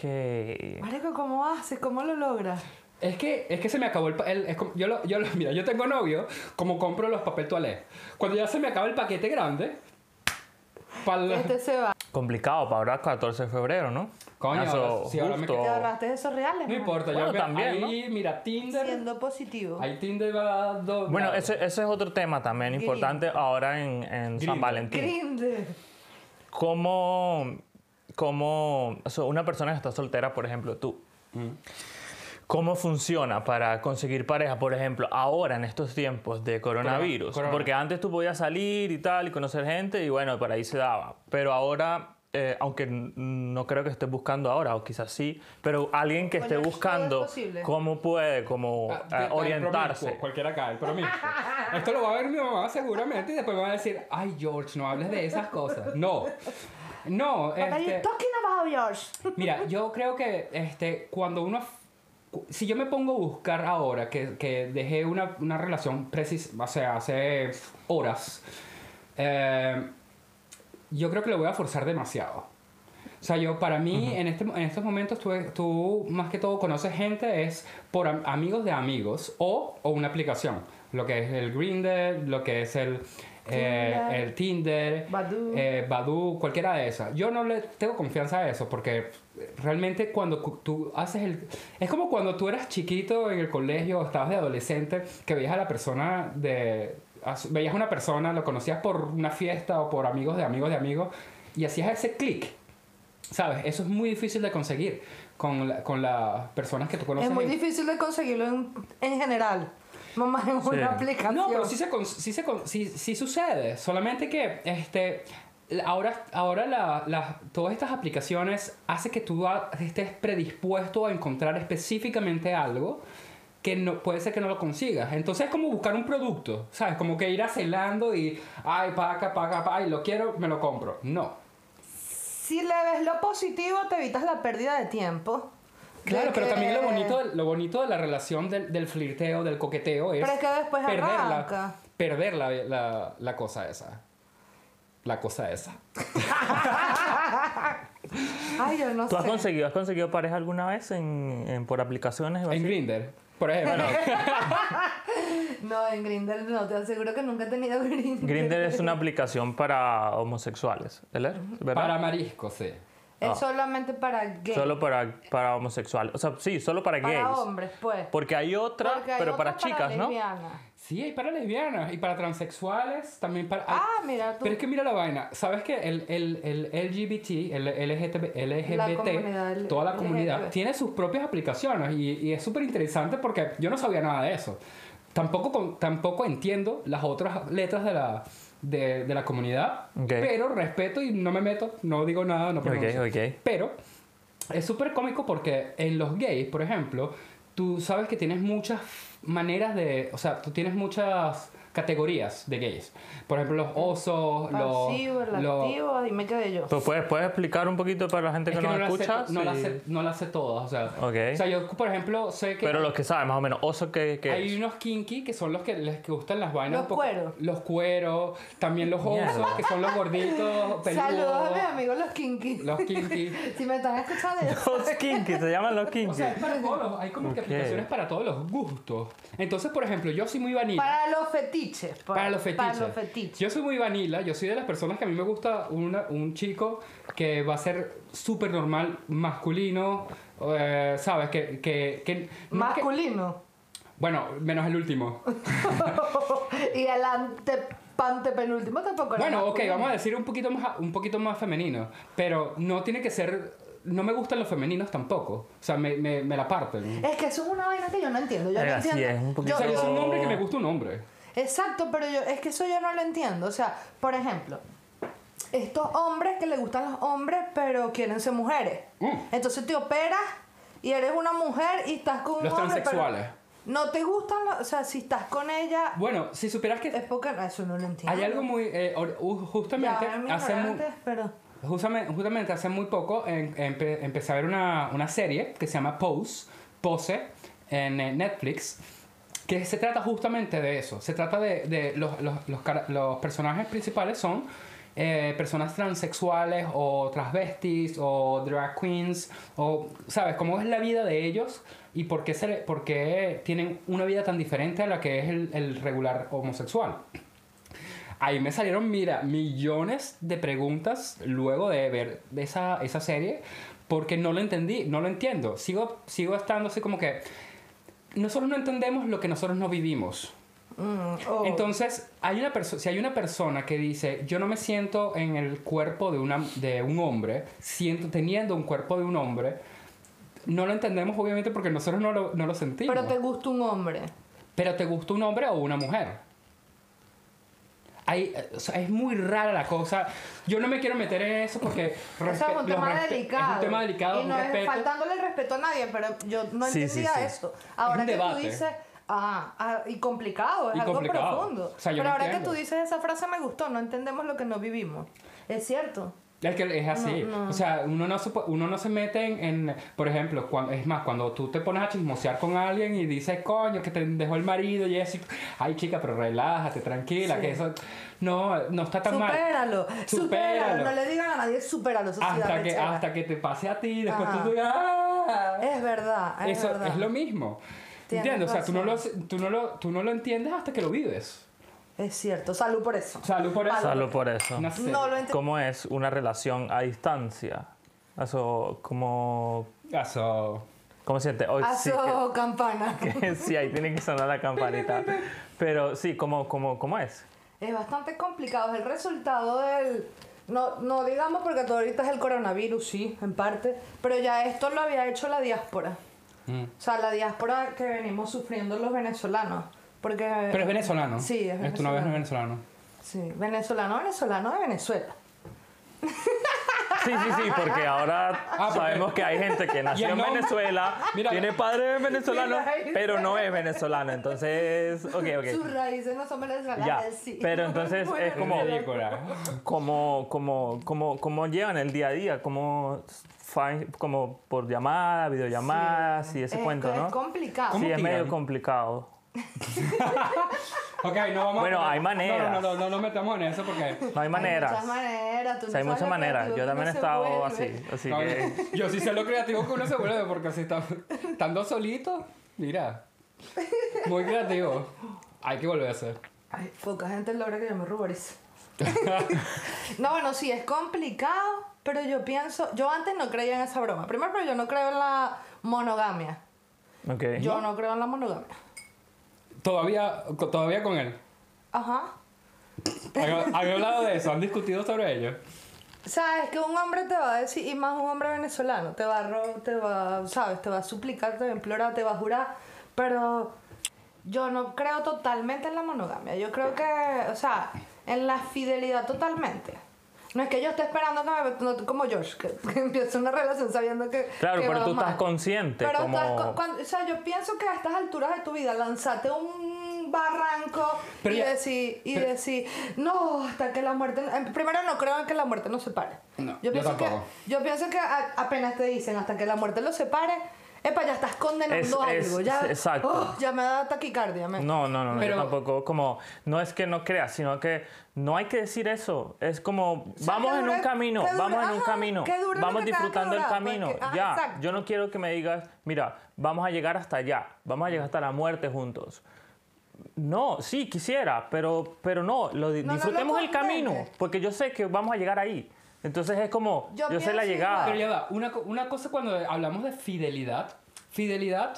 Speaker 1: Marico, ¿cómo haces? ¿Cómo lo logras?
Speaker 3: Es que, es que se me acabó el, pa- el- es como- yo lo- yo lo- mira, yo tengo novio, como compro los papel toalé. Cuando ya se me acaba el paquete grande, para
Speaker 1: Este se va.
Speaker 2: Complicado para ahora 14 de febrero, ¿no?
Speaker 3: Coño,
Speaker 2: Eso,
Speaker 3: ahora- sí, ahora me
Speaker 2: justo.
Speaker 1: ¿Te ahorraste de esos reales?
Speaker 3: Oh. no
Speaker 1: man?
Speaker 3: importa,
Speaker 2: Bueno,
Speaker 3: yo me-
Speaker 2: también,
Speaker 3: ahí, mira, Tinder,
Speaker 1: Siendo positivo.
Speaker 3: ahí Tinder va a dos
Speaker 2: Bueno,
Speaker 3: grados.
Speaker 2: ese, ese es otro tema también
Speaker 1: Gringo.
Speaker 2: importante ahora en, en San
Speaker 3: Gringo.
Speaker 2: Valentín.
Speaker 1: Grindr.
Speaker 3: Este
Speaker 2: ¿Cómo, cómo o sea, una persona que está soltera, por ejemplo, tú,
Speaker 3: Mm.
Speaker 2: cómo funciona para conseguir pareja, por ejemplo, ahora en estos tiempos de coronavirus?
Speaker 3: corona.
Speaker 2: Porque antes tú podías salir y tal y conocer gente y bueno, para ahí se daba. Pero ahora, eh, aunque n- no creo que estés buscando ahora, o quizás sí, pero alguien que
Speaker 1: Coño,
Speaker 2: esté
Speaker 1: todo es
Speaker 2: buscando
Speaker 1: posible.
Speaker 2: cómo puede, cómo
Speaker 3: Ah,
Speaker 2: eh,
Speaker 3: de- del
Speaker 2: orientarse.
Speaker 3: promiscuo, Cualquiera cae, el promiscuo. Esto lo va a ver mi mamá seguramente y después me va a decir, ay George, no hables de esas cosas. No. No,
Speaker 1: What are you
Speaker 3: este,
Speaker 1: talking about, George?
Speaker 3: mira, yo creo que este, cuando uno... cu- Si yo me pongo a buscar ahora que, que dejé una, una relación precisa, o sea, hace horas, eh, yo creo que lo voy a forzar demasiado. O sea, yo para mí en, este, en estos momentos tú, tú más que todo conoces gente es por am- amigos de amigos o, o una aplicación. Lo que es el Grindr, lo que es el, eh,
Speaker 1: Tinder.
Speaker 3: el Tinder,
Speaker 1: Badoo.
Speaker 3: eh, Badoo, cualquiera de esas. Yo no le tengo confianza a eso porque realmente cuando cu- tú haces el... Es como cuando tú eras chiquito en el colegio o estabas de adolescente que veías a la persona de... a su- Veías a una persona, lo conocías por una fiesta o por amigos de amigos de amigos y hacías ese clic. ¿Sabes? Eso es muy difícil de conseguir con, la- con las personas que tú conoces.
Speaker 1: Es muy
Speaker 3: en-
Speaker 1: difícil de conseguirlo en, en general. Mamá, en
Speaker 2: Sí.
Speaker 1: una aplicación.
Speaker 3: No, pero sí, se con- sí se con- sí- sí sucede. Solamente que este, ahora, ahora la- la- todas estas aplicaciones hace que tú a- estés predispuesto a encontrar específicamente algo que no, puede ser que no lo consigas. Entonces es como buscar un producto, ¿sabes? Como que ir acelando y, ay, paga, paga, paga, y lo quiero, me lo compro. No.
Speaker 1: Si le ves lo positivo, te evitas la pérdida de tiempo. De
Speaker 3: Claro, pero
Speaker 1: que-
Speaker 3: también lo bonito, de- lo bonito de la relación del, del flirteo, del coqueteo es
Speaker 1: Pero es que después
Speaker 3: perder,
Speaker 1: arranca.
Speaker 3: la, perder la, la- la cosa esa. la cosa esa.
Speaker 1: Ay, yo no
Speaker 2: ¿Tú has
Speaker 1: sé.
Speaker 2: conseguido, has conseguido pareja alguna vez en, en- por aplicaciones? o
Speaker 3: En
Speaker 1: Pues
Speaker 2: así?
Speaker 3: Grinder, por ejemplo. bueno,
Speaker 1: No, en Grindr no, te aseguro que nunca he tenido Grindr.
Speaker 2: Grindr es una aplicación para homosexuales, ¿verdad? ¿Verdad?
Speaker 3: para marisco, sí.
Speaker 1: Es solamente para gays.
Speaker 2: Solo para, para homosexuales. O sea, sí, solo para,
Speaker 1: para
Speaker 2: gays.
Speaker 1: hombres, pues.
Speaker 2: Porque hay otra,
Speaker 1: Porque hay
Speaker 2: pero
Speaker 1: otra
Speaker 2: para chicas, ¿no?
Speaker 1: lesbianas.
Speaker 3: Sí, hay para lesbianas y para transexuales, también para...
Speaker 1: Ah, mira tú.
Speaker 3: Pero es que mira la vaina, ¿sabes que el, el, el LGBT, el LGTB,
Speaker 1: La comunidad
Speaker 3: LGBT, toda la
Speaker 1: LGBT.
Speaker 3: comunidad, tiene sus propias aplicaciones y, y es súper interesante porque yo no sabía nada de eso. Tampoco, con- tampoco entiendo las otras letras de la, de, de la comunidad,
Speaker 2: Ok.
Speaker 3: pero respeto y no me meto, no digo nada, no pronuncio.
Speaker 2: ok.
Speaker 3: Pero es súper cómico porque en los gays, por ejemplo, tú sabes que tienes muchas maneras de. O sea, tú tienes muchas categorías de gays. Por ejemplo, los osos,
Speaker 1: Pasivo,
Speaker 3: los. los-
Speaker 1: relativo, y me quedé yo.
Speaker 2: Pues puedes, puedes explicar un poquito para la gente
Speaker 3: es
Speaker 2: que,
Speaker 3: que no,
Speaker 2: nos
Speaker 3: las sé,
Speaker 2: escucha.
Speaker 3: no, las
Speaker 2: Sí.
Speaker 3: sé, no las sé todas. O sea,
Speaker 2: Ok.
Speaker 3: o sea, yo, por ejemplo, sé que.
Speaker 2: Pero los que saben, más o menos. Oso que, que
Speaker 3: hay unos kinky que son los que les que gustan las vainas.
Speaker 1: Los
Speaker 3: un poco-
Speaker 1: cueros.
Speaker 3: Los cueros. También los osos,
Speaker 2: Mierda.
Speaker 3: que son los gorditos, peludos.
Speaker 1: Saludos a mis amigos los kinky.
Speaker 3: Los kinky.
Speaker 1: si me están escuchando, yo-
Speaker 2: Los kinky, se llaman los kinky.
Speaker 3: O sea, es para todos los- hay como que
Speaker 2: Ok.
Speaker 3: aplicaciones para todos los gustos. Entonces, por ejemplo, yo soy muy vanilla. Para,
Speaker 1: para los fetiches. pa-
Speaker 3: los fetiches.
Speaker 1: Para los fetiches.
Speaker 3: Yo soy muy vanilla, yo soy de las personas que a mí me gusta una- un chico que va a ser súper normal, masculino, eh, ¿sabes? Que, que, que- no es que-
Speaker 1: Masculino.
Speaker 3: bueno, menos el último.
Speaker 1: y el ante, antepenúltimo tampoco era
Speaker 3: Bueno, ok,
Speaker 1: masculino.
Speaker 3: vamos a decir un poquito más, un poquito más femenino, pero no tiene que ser... No me gustan los femeninos tampoco. O sea, me, me, me la parten.
Speaker 1: Es que eso es una vaina que yo no entiendo. Yo
Speaker 2: Eh,
Speaker 1: no
Speaker 2: así
Speaker 1: entiendo.
Speaker 2: es, un poquito-
Speaker 1: Yo-
Speaker 3: O sea, yo soy un
Speaker 2: Pero-
Speaker 3: hombre que me gusta un hombre.
Speaker 1: Exacto, pero yo, es que eso yo no lo entiendo. O sea, por ejemplo, estos hombres que le gustan los hombres, pero quieren ser mujeres.
Speaker 3: Mm.
Speaker 1: Entonces te operas y eres una mujer y estás con un
Speaker 3: Los
Speaker 1: hombre. pero
Speaker 3: transexuales.
Speaker 1: no te gustan, los- o sea, si estás con ella,
Speaker 3: Bueno, si supieras que
Speaker 1: es porque no, eso no lo entiendo.
Speaker 3: Hay algo muy. eh, or- u- justamente,
Speaker 1: Ya, eran
Speaker 3: hace mu-
Speaker 1: ignorantes, pero.
Speaker 3: justamente, justamente hace muy poco en- empe- empecé a ver una, una serie que se llama Pose, Pose, en eh, Netflix, que se trata justamente de eso. Se trata de. de los, los, los cara- los personajes principales son. eh, personas transexuales o transvestis o drag queens o sabes cómo es la vida de ellos y por qué, se le- por qué tienen una vida tan diferente a la que es el- el regular homosexual Ahí me salieron, mira, millones de preguntas luego de ver esa, esa serie, porque no lo entendí, no lo entiendo. Sigo, sigo estando así como que nosotros no entendemos lo que nosotros no vivimos.
Speaker 1: Mm, oh.
Speaker 3: Entonces, hay una perso- si hay una persona que dice, yo no me siento en el cuerpo de, una, de un hombre, siento teniendo un cuerpo de un hombre, no lo entendemos obviamente porque nosotros no lo, no lo sentimos.
Speaker 1: pero te gusta un hombre.
Speaker 3: Pero te gusta un hombre o una mujer. Hay- o sea, es muy rara la cosa. Yo no me quiero meter en eso porque
Speaker 1: O sea, es
Speaker 3: respe-
Speaker 1: un
Speaker 3: los
Speaker 1: tema
Speaker 3: respe-
Speaker 1: delicado.
Speaker 3: Es un tema delicado.
Speaker 1: Y
Speaker 3: un
Speaker 1: no es
Speaker 3: respeto.
Speaker 1: faltándole el respeto a nadie, pero yo no
Speaker 2: Sí, sí,
Speaker 1: entendía
Speaker 2: sí.
Speaker 1: eso. Ahora
Speaker 3: un
Speaker 1: que tú
Speaker 3: debate.
Speaker 1: dices. Ah, ah, y complicado, es
Speaker 3: Y
Speaker 1: algo
Speaker 3: complicado.
Speaker 1: profundo.
Speaker 3: O sea, yo
Speaker 1: pero
Speaker 3: no
Speaker 1: ahora que
Speaker 3: entiendo.
Speaker 1: tú dices esa frase me gustó, no entendemos lo que no vivimos. Es cierto.
Speaker 3: Es que es así. O sea, uno no, se, pu- uno no se mete en, en- Por ejemplo, cuan- es más, cuando tú te pones a chismosear con alguien y dices, coño, que te dejó el marido y eso. y- Ay, chica, pero relájate, tranquila,
Speaker 1: Sí.
Speaker 3: que eso. No, no está tan mal.
Speaker 1: Supéralo, supéralo,
Speaker 3: Supéralo.
Speaker 1: no le digan a nadie, supéralo. eso sí da
Speaker 3: Hasta que,
Speaker 1: rechera.
Speaker 3: hasta que te pase a ti y después
Speaker 1: Ajá.
Speaker 3: tú digas. "Ah".
Speaker 1: Es verdad, es
Speaker 3: Eso
Speaker 1: verdad.
Speaker 3: es lo mismo.
Speaker 1: Tienes
Speaker 3: ¿Entiendes? O sea, tú no, lo,
Speaker 1: razón.
Speaker 3: tú, no lo, tú no lo entiendes hasta que lo vives.
Speaker 1: Es cierto, salud por eso.
Speaker 3: Salud por eso.
Speaker 2: Salud por eso.
Speaker 3: Una serie.
Speaker 1: No lo entiendo.
Speaker 2: ¿Cómo es una relación a distancia? Eso, como...
Speaker 3: Eso.
Speaker 2: ¿Cómo se siente? Hoy sí que-
Speaker 1: Aso campana.
Speaker 2: que sí, ahí tiene que sonar la campanita. Pero sí, ¿cómo, cómo, cómo es?
Speaker 1: Es bastante complicado, es el resultado del... No, no digamos porque todo ahorita es el coronavirus, sí, en parte, pero ya esto lo había hecho la diáspora.
Speaker 3: Mm.
Speaker 1: O sea, la diáspora que venimos sufriendo los venezolanos. Porque...
Speaker 3: Pero es venezolano.
Speaker 1: Sí, es
Speaker 3: Esto no ves
Speaker 1: venezolano.
Speaker 3: no es venezolano.
Speaker 1: Sí, venezolano, venezolano de Venezuela.
Speaker 2: Sí, sí, sí, porque ahora
Speaker 3: porque-
Speaker 2: sabemos que hay gente que nació
Speaker 3: Y el
Speaker 2: en
Speaker 3: nombre-
Speaker 2: Venezuela,
Speaker 3: Mira-
Speaker 2: tiene padres venezolanos,
Speaker 1: Mira ahí.
Speaker 2: pero no es venezolano. Entonces, ok,
Speaker 1: Sus
Speaker 2: ok.
Speaker 1: raíces no son venezolanas,
Speaker 2: Ya,
Speaker 1: sí.
Speaker 2: pero entonces
Speaker 1: Bueno,
Speaker 2: es como-
Speaker 3: Ridícula.
Speaker 2: ¿Cómo, cómo, cómo, cómo llevan el día a día? ¿Cómo, fa- como por llamada, videollamadas y ese
Speaker 1: es-
Speaker 2: cuento,
Speaker 1: es
Speaker 2: no?
Speaker 1: complicado.
Speaker 3: ¿Cómo
Speaker 2: Sí, es
Speaker 3: tiran?
Speaker 2: medio complicado.
Speaker 3: ok, no vamos
Speaker 2: Bueno,
Speaker 3: a...
Speaker 2: hay maneras.
Speaker 3: No, no, no, no, nos metamos en eso porque...
Speaker 2: No hay maneras.
Speaker 1: Hay muchas maneras. tú
Speaker 2: O
Speaker 1: no
Speaker 2: sea, hay
Speaker 1: sabes
Speaker 2: muchas
Speaker 1: lo
Speaker 2: maneras.
Speaker 1: creativo
Speaker 2: Yo
Speaker 1: que
Speaker 2: también he
Speaker 1: uno se
Speaker 2: estado
Speaker 1: vuelve.
Speaker 2: así. Así
Speaker 3: No,
Speaker 2: que.
Speaker 3: Yo sí sé lo creativo que uno se vuelve porque si está, estando solito, mira, muy creativo. Hay que volver a hacer.
Speaker 1: Ay, poca gente logra que yo me ruborice. no, bueno, sí, es complicado, pero yo pienso. Yo antes no creía en esa broma. Primero, pero yo no creo en la monogamia.
Speaker 2: Ok.
Speaker 1: Yo no creo en la monogamia.
Speaker 3: Todavía, co- todavía con él.
Speaker 1: Ajá.
Speaker 3: ¿Han, han hablado de eso? ¿Han discutido sobre ello?
Speaker 1: Sabes que un hombre te va a decir, y más un hombre venezolano, te va a, ro- te va, sabes, te va a suplicar, te va a implorar, te va a jurar, pero yo no creo totalmente en la monogamia. Yo creo que, o sea, en la fidelidad totalmente. No es que yo esté esperando que me, no, como George, que, que empiece una relación sabiendo que
Speaker 2: Claro,
Speaker 1: que
Speaker 2: pero
Speaker 1: va
Speaker 2: tú estás
Speaker 1: mal.
Speaker 2: consciente,
Speaker 1: Pero
Speaker 2: como-
Speaker 1: estás con- cuando- o sea, yo pienso que a estas alturas de tu vida lanzate un barranco
Speaker 3: Pero
Speaker 1: y
Speaker 3: ya-
Speaker 1: decir y
Speaker 3: pero-
Speaker 1: decir no hasta que la muerte eh, primero no creo en que la muerte nos separe
Speaker 3: No, yo
Speaker 1: yo pienso
Speaker 3: tampoco.
Speaker 1: que yo pienso que a- apenas te dicen hasta que la muerte los separe epa ya estás condenando
Speaker 2: Es- es-
Speaker 1: algo ya
Speaker 2: exacto.
Speaker 1: oh, ya me da taquicardia me-
Speaker 2: No, no, no, no,
Speaker 3: Pero-
Speaker 2: yo tampoco. Como, no es que no creas, sino que no hay que decir eso. Es como,
Speaker 1: sea,
Speaker 2: vamos
Speaker 1: que
Speaker 2: en
Speaker 1: dure-
Speaker 2: un camino,
Speaker 1: que dure-
Speaker 2: vamos en un
Speaker 1: ajá,
Speaker 2: camino,
Speaker 1: que dure lo
Speaker 2: vamos
Speaker 1: que tenga que
Speaker 2: disfrutando el
Speaker 1: durar,
Speaker 2: camino.
Speaker 1: porque- ah,
Speaker 2: ya,
Speaker 1: exacto.
Speaker 2: yo no quiero que me digas, mira, vamos a llegar hasta allá, vamos a llegar hasta la muerte juntos. No, sí, quisiera, pero, pero no, lo, di-
Speaker 1: No, no lo
Speaker 2: disfrutemos
Speaker 1: condenes.
Speaker 2: el camino, porque yo sé que vamos a llegar ahí. Entonces es como,
Speaker 1: Yo
Speaker 2: yo, sé la
Speaker 1: pienso
Speaker 2: llegada.
Speaker 1: igual.
Speaker 3: Pero ya va, una, co- una cosa cuando hablamos de fidelidad, fidelidad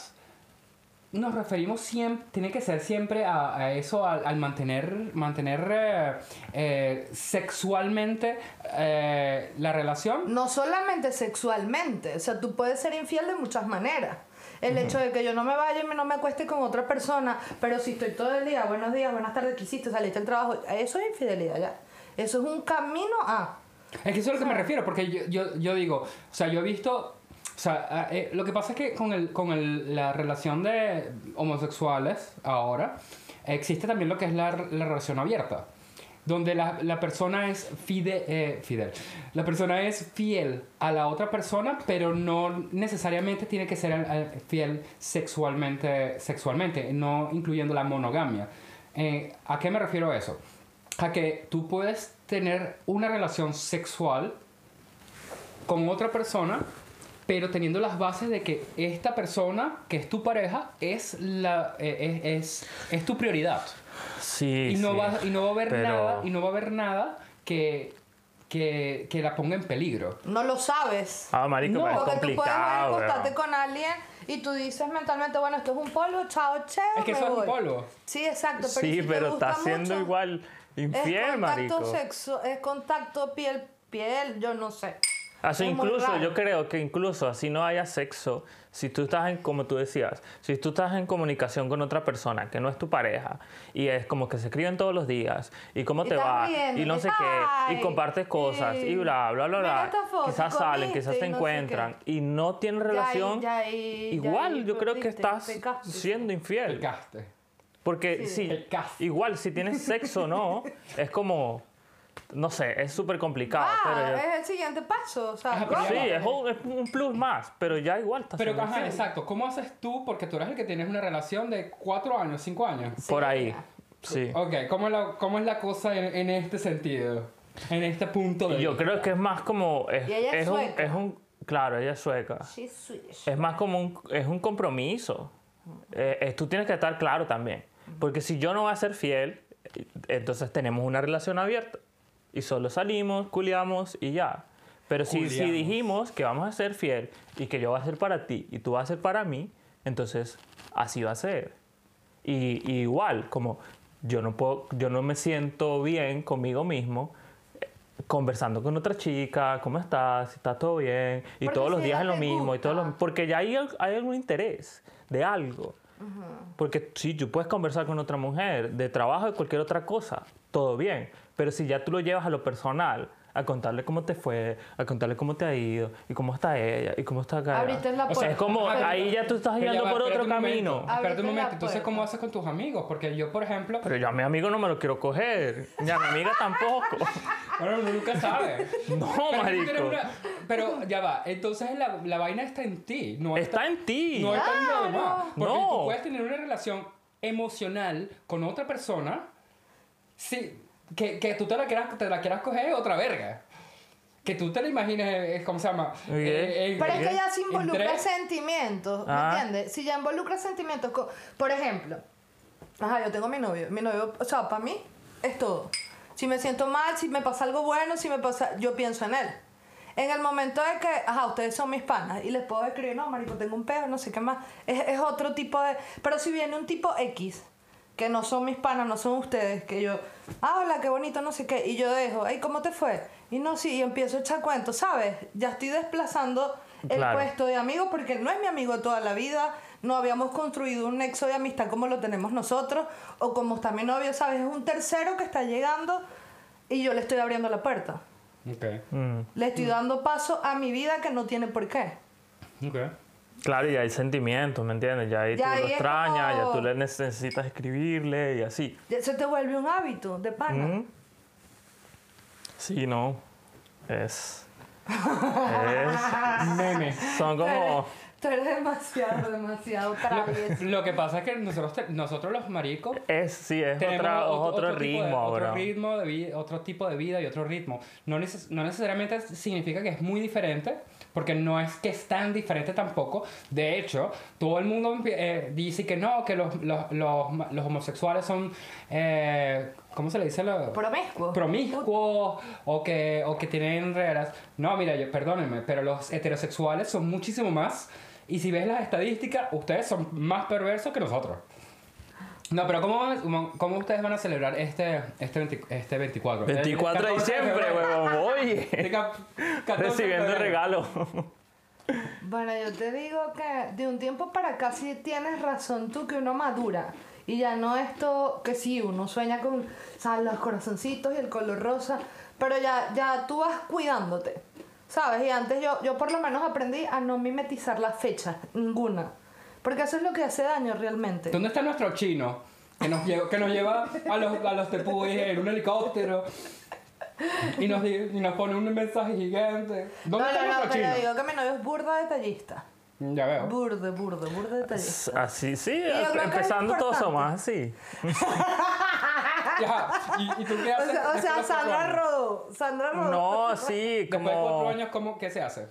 Speaker 3: nos referimos siempre, tiene que ser siempre a, a eso, al, al mantener, mantener eh, eh, sexualmente eh, la relación.
Speaker 1: No solamente sexualmente, o sea, tú puedes ser infiel de muchas maneras. El hecho de que yo no me vaya y me- no me acueste con otra persona, pero si estoy todo el día, buenos días, buenas tardes, ¿qué hiciste? Saliste al trabajo, eso es infidelidad ya. Eso es un camino a...
Speaker 3: Es que eso es a lo que me refiero, porque yo, yo, yo digo, o sea, yo he visto, o sea, ah, eh, lo que pasa es que con, el, con el- la relación de homosexuales ahora, existe también lo que es la, la relación abierta, donde la, la persona es fide, eh, fidel, la persona es fiel a la otra persona, pero no necesariamente tiene que ser al- al- fiel sexualmente, sexualmente, no incluyendo la monogamia. Eh, ¿A qué me refiero eso? a que tú puedes tener una relación sexual con otra persona, pero teniendo las bases de que esta persona, que es tu pareja, es, la, eh, es, es, es tu prioridad.
Speaker 2: Sí,
Speaker 3: Y no,
Speaker 2: sí,
Speaker 3: va, y no va a haber
Speaker 2: pero-
Speaker 3: nada, y no va a haber nada que, que, que la ponga en peligro.
Speaker 1: No lo sabes.
Speaker 2: Ah, marico,
Speaker 3: No,
Speaker 2: pero es
Speaker 1: Porque tú puedes ir a
Speaker 2: complicado.
Speaker 1: acostarte
Speaker 2: weón.
Speaker 1: con alguien y tú dices mentalmente, bueno, esto es un polvo, chao, cheo,
Speaker 3: Es que
Speaker 1: me
Speaker 3: eso es un
Speaker 1: voy.
Speaker 3: polvo.
Speaker 1: Sí, exacto. Pero
Speaker 2: Sí,
Speaker 1: si te
Speaker 2: pero
Speaker 1: gusta
Speaker 2: está siendo
Speaker 1: mucho,
Speaker 2: igual
Speaker 1: es
Speaker 2: infiel,
Speaker 1: contacto
Speaker 2: marico.
Speaker 1: sexo, es contacto piel, piel, yo no sé.
Speaker 2: Así
Speaker 1: Es muy
Speaker 2: Ah, incluso,
Speaker 1: raro.
Speaker 2: yo creo que incluso así no haya sexo, si tú estás en, como tú decías, si tú estás en comunicación con otra persona que no es tu pareja y es como que se escriben todos los días y cómo
Speaker 1: Y
Speaker 2: te
Speaker 1: estás
Speaker 2: va
Speaker 1: riendo,
Speaker 2: y no
Speaker 1: que,
Speaker 2: sé qué
Speaker 1: "Ay,
Speaker 2: y compartes cosas
Speaker 1: sí.
Speaker 2: y bla, bla, bla,
Speaker 1: Mira
Speaker 2: bla.
Speaker 1: esta foto,
Speaker 2: Quizás salen, quizás
Speaker 1: comiste
Speaker 2: se
Speaker 1: y no sé
Speaker 2: encuentran y no tienen
Speaker 1: ahí-
Speaker 2: relación.
Speaker 1: ya ahí- ya
Speaker 2: Igual
Speaker 1: ahí
Speaker 2: yo creo que
Speaker 1: perdiste,
Speaker 2: estás
Speaker 1: pecaste.
Speaker 2: siendo
Speaker 3: El
Speaker 2: infiel.
Speaker 3: gaste.
Speaker 2: Porque
Speaker 1: Sí.
Speaker 2: si,
Speaker 3: El caso.
Speaker 2: igual si tienes sexo o no, es como, no sé, es súper complicado.
Speaker 1: Ah,
Speaker 2: pero yo-
Speaker 1: es el siguiente paso. O sea,
Speaker 3: Ajá, pero
Speaker 2: Sí,
Speaker 1: ¿cómo?
Speaker 2: es un, es un plus más, pero ya igual está
Speaker 3: Pero,
Speaker 2: siendo
Speaker 3: ajá,
Speaker 2: infiel.
Speaker 3: exacto. ¿Cómo haces tú? Porque tú eres el que tienes una relación de cuatro años, cinco años.
Speaker 2: Por
Speaker 1: Sí,
Speaker 2: ahí,
Speaker 1: ya.
Speaker 2: sí.
Speaker 3: Ok, ¿cómo es la, cómo es la cosa en, en este sentido? En este punto de...
Speaker 2: Y yo creo que es más como... Es,
Speaker 1: Y ella es
Speaker 2: un,
Speaker 1: sueca.
Speaker 2: es un- Claro, ella es sueca.
Speaker 1: She's Swedish.
Speaker 2: Es más como un, es un compromiso. Eh, eh, tú tienes que estar claro también. Porque si yo no voy a ser fiel, eh, entonces tenemos una relación abierta. Y solo salimos, culiamos y ya. Pero si, si
Speaker 3: Culiamos.
Speaker 2: dijimos que vamos a ser fiel y que yo voy a ser para ti y tú vas a ser para mí, entonces así va a ser. Y, y igual, como yo no, puedo, yo no me siento bien conmigo mismo eh, conversando con otra chica, ¿cómo estás? ¿Está todo bien? Y
Speaker 1: Porque
Speaker 2: todos los
Speaker 1: si
Speaker 2: días
Speaker 1: ella
Speaker 2: es lo
Speaker 1: te
Speaker 2: mismo. Y todos los-
Speaker 1: gusta.
Speaker 2: porque ya hay, al- hay algún interés de algo. Porque si tú puedes conversar con otra mujer de trabajo, de cualquier otra cosa, todo bien. Pero si ya tú lo llevas a lo personal, a contarle cómo te fue, a contarle cómo te ha ido, y cómo está ella, y cómo está acá.
Speaker 1: Abriste la
Speaker 2: O sea,
Speaker 1: puerta. Ah.
Speaker 2: es como
Speaker 3: Ajá, pero-
Speaker 2: ahí ya tú estás
Speaker 3: pero ya
Speaker 2: yendo
Speaker 3: va,
Speaker 2: por
Speaker 3: espérate
Speaker 2: otro
Speaker 3: un momento,
Speaker 2: camino.
Speaker 3: Espérate
Speaker 1: Abriste
Speaker 3: un
Speaker 1: la
Speaker 3: momento, entonces
Speaker 1: puerta.
Speaker 3: ¿cómo haces con tus amigos? Porque yo, por ejemplo,
Speaker 2: Pero yo a mi amigo no me lo quiero coger, ni a mi amiga tampoco.
Speaker 3: bueno, uno nunca sabe.
Speaker 2: No,
Speaker 3: pero, tú tienes
Speaker 2: marico.
Speaker 3: una- pero ya va, entonces la, la vaina está en ti, no
Speaker 2: Está en ti.
Speaker 3: No está en lo demás. Porque
Speaker 2: No.
Speaker 3: tú puedes tener una relación emocional con otra persona sí, que, que tú te la, quieras, te la quieras coger otra verga. Que tú te la imagines, eh, ¿cómo se llama?
Speaker 2: Ok.
Speaker 3: Eh, eh,
Speaker 1: Pero es que ya se involucra
Speaker 3: entre-
Speaker 1: sentimientos, ¿me
Speaker 2: Ah.
Speaker 1: entiendes? Si ya involucra sentimientos, co- por ejemplo, ajá, yo tengo mi novio, mi novio, o sea, para mí es todo. Si me siento mal, si me pasa algo bueno, si me pasa, yo pienso en él. En el momento de que, ajá, ustedes son mis panas y les puedo escribir, no, marico, tengo un pedo, no sé qué más, es, es otro tipo de... Pero si viene un tipo X, que no son mis panas, no son ustedes, que yo, ah, hola, qué bonito, no sé qué, y yo dejo, hey, ¿cómo te fue? Y no, sí, y empiezo a echar cuentos, ¿sabes? Ya estoy desplazando el pues,
Speaker 2: Claro.
Speaker 1: puesto de amigos porque no es mi amigo de toda la vida, no habíamos construido un nexo de amistad como lo tenemos nosotros, o como está mi novio, ¿sabes? Es un tercero que está llegando y yo le estoy abriendo la puerta.
Speaker 3: Ok,
Speaker 2: Mm,
Speaker 1: Le estoy dando paso a mi vida que no tiene por qué.
Speaker 2: Mm.
Speaker 3: ok.
Speaker 2: Claro, y hay sentimientos, ¿me entiendes? Ya ahí
Speaker 1: Ya
Speaker 2: tú
Speaker 1: ahí
Speaker 2: lo
Speaker 1: es
Speaker 2: extrañas, ya
Speaker 1: como-
Speaker 2: tú le necesitas escribirle y así.
Speaker 1: Ya se te vuelve un hábito de pana.
Speaker 2: Mm. Sí, no. Es. es-
Speaker 1: Ah.
Speaker 3: Meme.
Speaker 2: Son
Speaker 1: Tú eres,
Speaker 2: como.
Speaker 1: tú eres demasiado, demasiado travieso.
Speaker 3: Lo, lo que pasa es que nosotros, te- nosotros los maricos
Speaker 2: Es, sí, es
Speaker 3: tenemos
Speaker 2: otra-
Speaker 3: ot-
Speaker 2: otro,
Speaker 3: tipo de-
Speaker 2: ritmo,
Speaker 3: otro
Speaker 2: bro.
Speaker 3: ritmo de vida, otro tipo de vida y otro ritmo. No, neces- no necesariamente significa que es muy diferente, porque no es que es tan diferente tampoco. De hecho, todo el mundo empie- eh, dice que no, que los, los, los, ma- los homosexuales son, eh, ¿cómo se le dice? Lo-
Speaker 1: Promiscuo.
Speaker 3: promiscuos o que, o que tienen reglas. No, mira, yo, perdónenme, pero los heterosexuales son muchísimo más. Y si ves las estadísticas, ustedes son más perversos que nosotros. No, pero ¿cómo, van- cómo- cómo ustedes van a celebrar este, este, 20 este 24?
Speaker 2: 24 de diciembre, huevón, oye. Recibiendo
Speaker 3: regalos.
Speaker 2: regalo.
Speaker 1: Bueno, yo te digo que de un tiempo para acá sí tienes razón tú que uno madura. Y ya no esto que sí, uno sueña con ¿sabes? los corazoncitos y el color rosa. Pero ya, ya tú vas cuidándote. ¿Sabes? Y antes yo, yo por lo menos aprendí a no mimetizar las fechas, ninguna. Porque eso es lo que hace daño realmente.
Speaker 3: ¿Dónde está nuestro chino? Que nos lleva, que nos lleva a los, a los tepuis en un helicóptero. Y nos, di- y nos pone un mensaje gigante.
Speaker 1: No,
Speaker 3: ¿Dónde
Speaker 1: no,
Speaker 3: está
Speaker 1: no,
Speaker 3: nuestro
Speaker 1: pero
Speaker 3: chino?
Speaker 1: digo que mi novio es burda detallista.
Speaker 3: Ya veo.
Speaker 1: Burde, burde, burde detallista.
Speaker 2: Así, sí,
Speaker 1: yo creo que es
Speaker 2: empezando todos
Speaker 1: importante.
Speaker 2: somos así.
Speaker 3: Ya, ¿Y, y tú qué
Speaker 1: O
Speaker 3: haces?
Speaker 1: sea, o
Speaker 3: después de
Speaker 1: sea
Speaker 3: los
Speaker 1: Sandra
Speaker 3: cuatro años?
Speaker 1: Rodó. Sandra Rodó.
Speaker 2: No, así
Speaker 3: Después de cuatro
Speaker 2: como.
Speaker 3: años, ¿cómo, ¿qué se hace?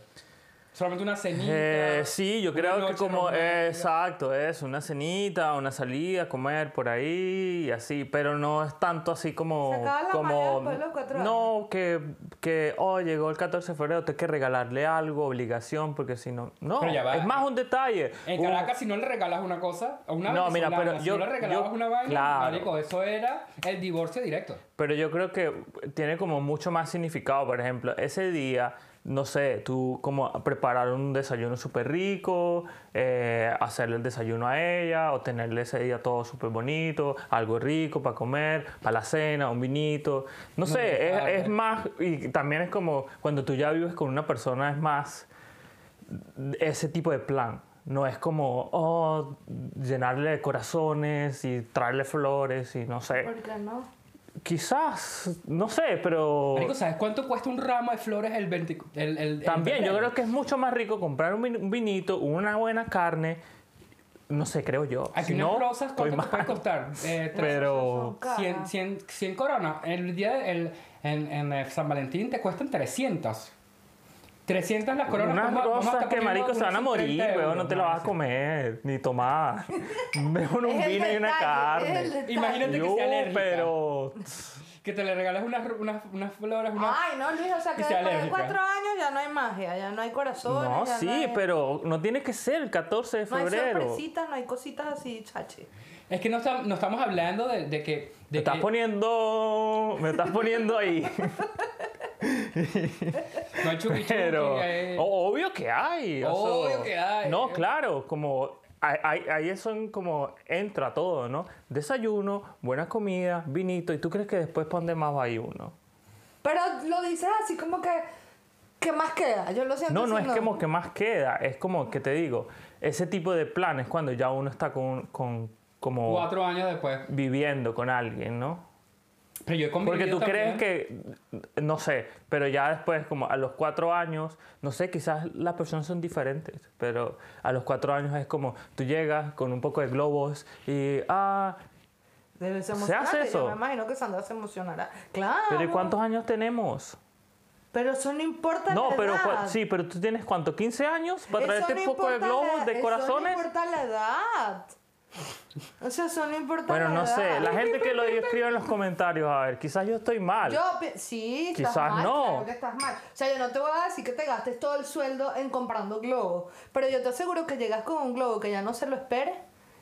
Speaker 3: Solamente una cenita.
Speaker 2: Eh, sí, yo
Speaker 3: una
Speaker 2: creo que
Speaker 3: noche
Speaker 2: como
Speaker 3: romántica.
Speaker 2: exacto, es una cenita, una salida, comer por ahí y así, pero no es tanto así como
Speaker 1: Se acaba la maña
Speaker 2: como
Speaker 1: después de los cuatro
Speaker 2: no que que oh, llegó el 14 de febrero, tengo que regalarle algo, obligación, porque si no no,
Speaker 3: Pero ya va,
Speaker 2: es más un detalle.
Speaker 3: En
Speaker 2: un-
Speaker 3: Caracas, si no le regalas una cosa, a una
Speaker 2: Uh. No, mira,
Speaker 3: venezolana,
Speaker 2: pero
Speaker 3: si
Speaker 2: yo-
Speaker 3: no le regalabas
Speaker 2: yo-
Speaker 3: una vaina,
Speaker 2: claro.
Speaker 3: marico, eso era el divorcio directo.
Speaker 2: Pero yo creo que tiene como mucho más significado. Por ejemplo, ese día, no sé, tú como preparar un desayuno súper rico, eh, hacerle el desayuno a ella, o tenerle ese día todo súper bonito, algo rico para comer, para la cena, un vinito. No, sé, es,
Speaker 3: claro.
Speaker 2: es más, y también es como cuando tú ya vives con una persona, es más ese tipo de plan. No es como, oh, llenarle de corazones y traerle flores y no sé.
Speaker 1: ¿Por qué no?
Speaker 2: Quizás, no sé, pero
Speaker 3: Marico, ¿sabes cuánto cuesta un ramo de flores el 20? El, el- el
Speaker 2: también yo
Speaker 3: febrero?
Speaker 2: creo que es mucho más rico comprar un vin- un vinito, una buena carne, no sé, creo yo. Si
Speaker 3: Aquí unas
Speaker 2: no,
Speaker 3: rosas,
Speaker 2: estoy
Speaker 3: ¿cuánto te
Speaker 2: mal.
Speaker 3: puede costar? Eh, tres-
Speaker 2: Pero
Speaker 1: Cara.
Speaker 3: 100, 100, 100 coronas. El día de- el- en, en, eh, San Valentín te cuestan 300. 300 las coronas.
Speaker 2: unas
Speaker 3: vamos a- vamos a
Speaker 2: rosas
Speaker 3: estar
Speaker 2: que
Speaker 3: poniendo
Speaker 2: marico se van a
Speaker 3: unos
Speaker 2: morir,
Speaker 3: 30
Speaker 2: weón,
Speaker 3: euros,
Speaker 2: no te la vas a
Speaker 3: sí.
Speaker 2: comer ni tomar. Mejor un
Speaker 1: Es el
Speaker 2: vino
Speaker 1: detalle, es
Speaker 2: y una
Speaker 1: el
Speaker 2: carne.
Speaker 1: detalle.
Speaker 3: Imagínate que
Speaker 2: Yo,
Speaker 3: sea alérgica.
Speaker 2: pero
Speaker 3: Que te le regales unas, ro- unas, unas flores, unas...
Speaker 1: Ay, no, Luis, o sea que
Speaker 3: Y sea
Speaker 1: después de
Speaker 3: alérgica.
Speaker 1: cuatro años ya no hay magia, ya no hay corazones.
Speaker 2: no,
Speaker 1: ya
Speaker 2: sí,
Speaker 1: hay-
Speaker 2: pero no tiene que ser el 14 de
Speaker 1: No hay
Speaker 2: febrero.
Speaker 1: sorpresitas, no hay cositas así, chachi.
Speaker 3: Es que no, estam- no estamos hablando de, de que...
Speaker 2: me
Speaker 3: De
Speaker 2: estás
Speaker 3: que-
Speaker 2: poniendo, me estás poniendo ahí.
Speaker 3: No hay chuki chuki,
Speaker 2: Pero oh.
Speaker 3: eh,
Speaker 2: o- obvio que hay. o
Speaker 3: Obvio
Speaker 2: sea,
Speaker 3: que hay. eh.
Speaker 2: No, claro, como ahí- ahí ahí son como entra todo, ¿no? Desayuno, buena comida, vinito, y tú crees que después para dónde más va ahí uno.
Speaker 1: Pero lo dices así como que. ¿Qué más queda? Yo lo siento.
Speaker 2: No, no
Speaker 1: así,
Speaker 2: es como que más queda, es como que te digo, ese tipo de planes cuando ya uno está con, con como
Speaker 3: Cuatro años después.
Speaker 2: viviendo con alguien, ¿no?
Speaker 3: Pero yo he
Speaker 2: Porque
Speaker 3: convivido
Speaker 2: tú crees
Speaker 3: también-
Speaker 2: que, no sé, pero ya después, como a los cuatro años, no sé, quizás las personas son diferentes, pero a los cuatro años es como tú llegas con un poco de globos y, ah,
Speaker 1: Debe ser
Speaker 2: ¿Se
Speaker 1: emocionante.
Speaker 2: hace
Speaker 1: Yo
Speaker 2: eso?
Speaker 1: me imagino que Sandra se emocionará. Claro.
Speaker 2: pero ¿y cuántos años tenemos?
Speaker 1: Pero eso no importa
Speaker 2: No,
Speaker 1: la
Speaker 2: pero
Speaker 1: edad.
Speaker 2: cua- sí, pero tú tienes cuánto, 15 años para
Speaker 1: Pues Eso
Speaker 2: traerte
Speaker 1: no
Speaker 2: un poco de
Speaker 1: importa la-
Speaker 2: globos, de corazones.
Speaker 1: Eso no importa la edad. O sea, eso no importa
Speaker 2: Bueno,
Speaker 1: la
Speaker 2: no sé,
Speaker 1: edad.
Speaker 2: la gente que lo escribe en los comentarios, a ver, quizás yo estoy mal.
Speaker 1: Yo, pi- sí, estás
Speaker 2: Quizás
Speaker 1: mal,
Speaker 2: no.
Speaker 1: claro que estás mal. O sea, yo no te voy a decir que te gastes todo el sueldo en comprando globos, pero yo te aseguro que llegas con un globo que ya no se lo esperes.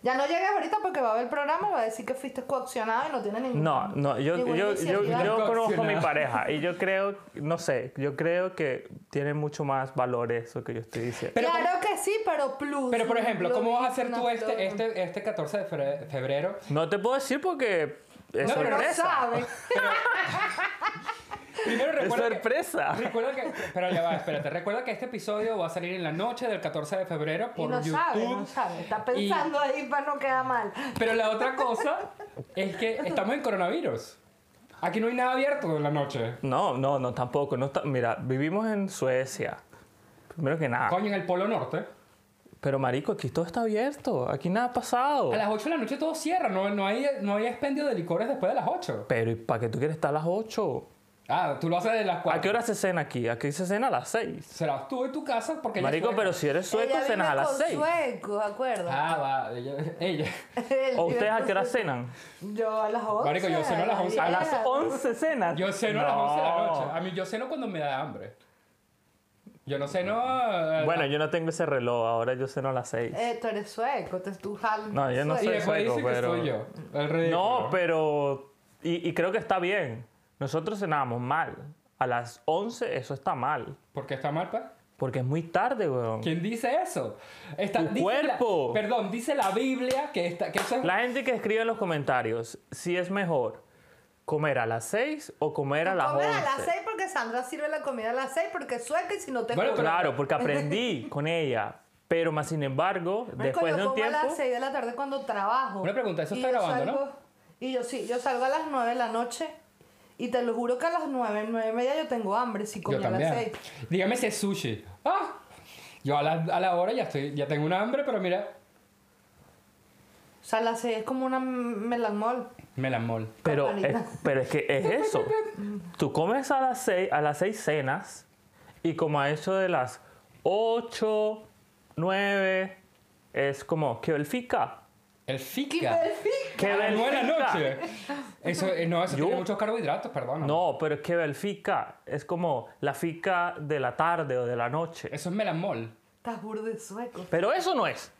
Speaker 1: Ya no llegues ahorita porque va a ver el programa y va a decir que fuiste coaccionado y no tienes ningún
Speaker 2: No, no, yo,
Speaker 1: ninguna
Speaker 2: yo, yo,
Speaker 1: iniciativa.
Speaker 2: yo conozco a mi
Speaker 3: Coaccionada.
Speaker 2: pareja y yo creo, no sé, yo creo que tiene mucho más valor eso que yo estoy diciendo.
Speaker 3: Pero
Speaker 1: claro que sí, pero plus.
Speaker 3: Pero, por
Speaker 1: un
Speaker 3: ejemplo, ¿cómo vas a hacer
Speaker 1: globito,
Speaker 3: tú
Speaker 1: una
Speaker 3: este,
Speaker 1: flor.
Speaker 3: este, este 14 de fe- febrero?
Speaker 2: No te puedo decir porque es
Speaker 3: No, pero
Speaker 1: No
Speaker 2: sorpresa.
Speaker 1: sabes.
Speaker 3: Primero
Speaker 2: es
Speaker 3: recuerda que-
Speaker 2: sorpresa.
Speaker 3: Recuerda que, pero ya va, espérate. Recuerda que este episodio va a salir en la noche del 14 de febrero
Speaker 1: Y
Speaker 3: por
Speaker 1: no
Speaker 3: YouTube.
Speaker 1: sabe, no sabe. Está pensando ahí para no quedar mal.
Speaker 3: Pero la otra cosa es que estamos en coronavirus. Aquí no hay nada abierto en la noche.
Speaker 2: No, no, no, tampoco. No está- Mira, vivimos en Suecia. Primero que nada.
Speaker 3: Coño, en el Polo Norte.
Speaker 2: Pero marico, aquí todo está abierto. Aquí nada ha pasado.
Speaker 3: A las 8 de la noche todo cierra. No, no, hay, no hay expendio de licores después de las 8.
Speaker 2: Pero ¿y para qué tú quieres estar a las 8?
Speaker 3: Ah, tú lo haces de las 4.
Speaker 2: ¿A qué hora se cena aquí? Aquí se cena a las 6.
Speaker 3: Serás tú en tu casa porque... ella
Speaker 2: Marico,
Speaker 3: fue-
Speaker 2: pero si eres sueco,
Speaker 1: Ella vive
Speaker 2: cenas a las
Speaker 1: con
Speaker 2: 6.
Speaker 1: Sueco, acuerda.
Speaker 3: Ah, va. Ella... ella.
Speaker 2: ¿O ustedes a qué hora cenan?
Speaker 1: Yo a las 11.
Speaker 3: Marico, yo ceno a las 11.
Speaker 2: A las 11 cenas.
Speaker 3: Yo ceno a las 11 de la noche. A mí yo ceno cuando me da hambre. Yo no ceno... eh,
Speaker 2: Bueno, yo no tengo ese reloj, ahora yo ceno a las 6.
Speaker 1: Eh, tú eres sueco, te tú jal-
Speaker 2: No, yo no
Speaker 3: Y
Speaker 1: sueco.
Speaker 2: soy-
Speaker 3: después
Speaker 2: sueco,
Speaker 3: dice que
Speaker 2: pero-
Speaker 3: soy yo. El ridículo.
Speaker 2: No, pero. Y, y creo que está bien. Nosotros cenábamos mal. A las 11 eso está mal.
Speaker 3: ¿Por qué está mal, pa?
Speaker 2: Porque es muy tarde, weón.
Speaker 3: ¿Quién dice eso? Está,
Speaker 2: Tu
Speaker 3: dice
Speaker 2: cuerpo.
Speaker 3: la- perdón, dice la Biblia que, está, que eso es...
Speaker 2: La gente que escribe en los comentarios si es mejor comer a las 6 o comer a las
Speaker 1: Comer
Speaker 2: 11.
Speaker 1: a las 6 porque Sandra sirve la comida a las 6 porque es sueca y si no te
Speaker 3: Bueno,
Speaker 1: come-
Speaker 3: pero-
Speaker 2: Claro, porque aprendí con ella. Pero más sin embargo,
Speaker 1: Marico,
Speaker 2: después
Speaker 1: yo
Speaker 2: de un
Speaker 1: como
Speaker 2: tiempo.
Speaker 1: a las 6 de la tarde cuando trabajo.
Speaker 3: Una pregunta, ¿eso
Speaker 1: Y
Speaker 3: está
Speaker 1: yo
Speaker 3: grabando, no?
Speaker 1: salgo- Y yo sí, yo salgo a las 9 de la noche y te lo juro que a las 9, 9 y media yo tengo hambre si
Speaker 3: Yo
Speaker 1: comí a las
Speaker 3: también.
Speaker 1: 6.
Speaker 3: Dígame si es sushi. Ah, yo a la, a la hora ya estoy, ya tengo una hambre, pero mira,
Speaker 1: O sea, a las 6 es como una melanmol.
Speaker 3: me la mol.
Speaker 2: Pero es,
Speaker 1: Campanita.
Speaker 2: pero es que es eso. Tú comes a las 6, a las 6 cenas y como a eso de las 8, 9 es como que el fica.
Speaker 3: El
Speaker 1: ¿Qué
Speaker 3: fica.
Speaker 1: perfil?
Speaker 2: Que
Speaker 3: A las
Speaker 2: el
Speaker 3: nueve de la
Speaker 2: fica.
Speaker 3: noche. Eso, eh, no, eso
Speaker 2: Yo-
Speaker 3: tiene muchos carbohidratos, perdón.
Speaker 2: No, pero es que el fica es como la fica de la tarde o de la noche.
Speaker 3: Eso es melamol.
Speaker 1: Estás burde sueco.
Speaker 2: Pero eso no es.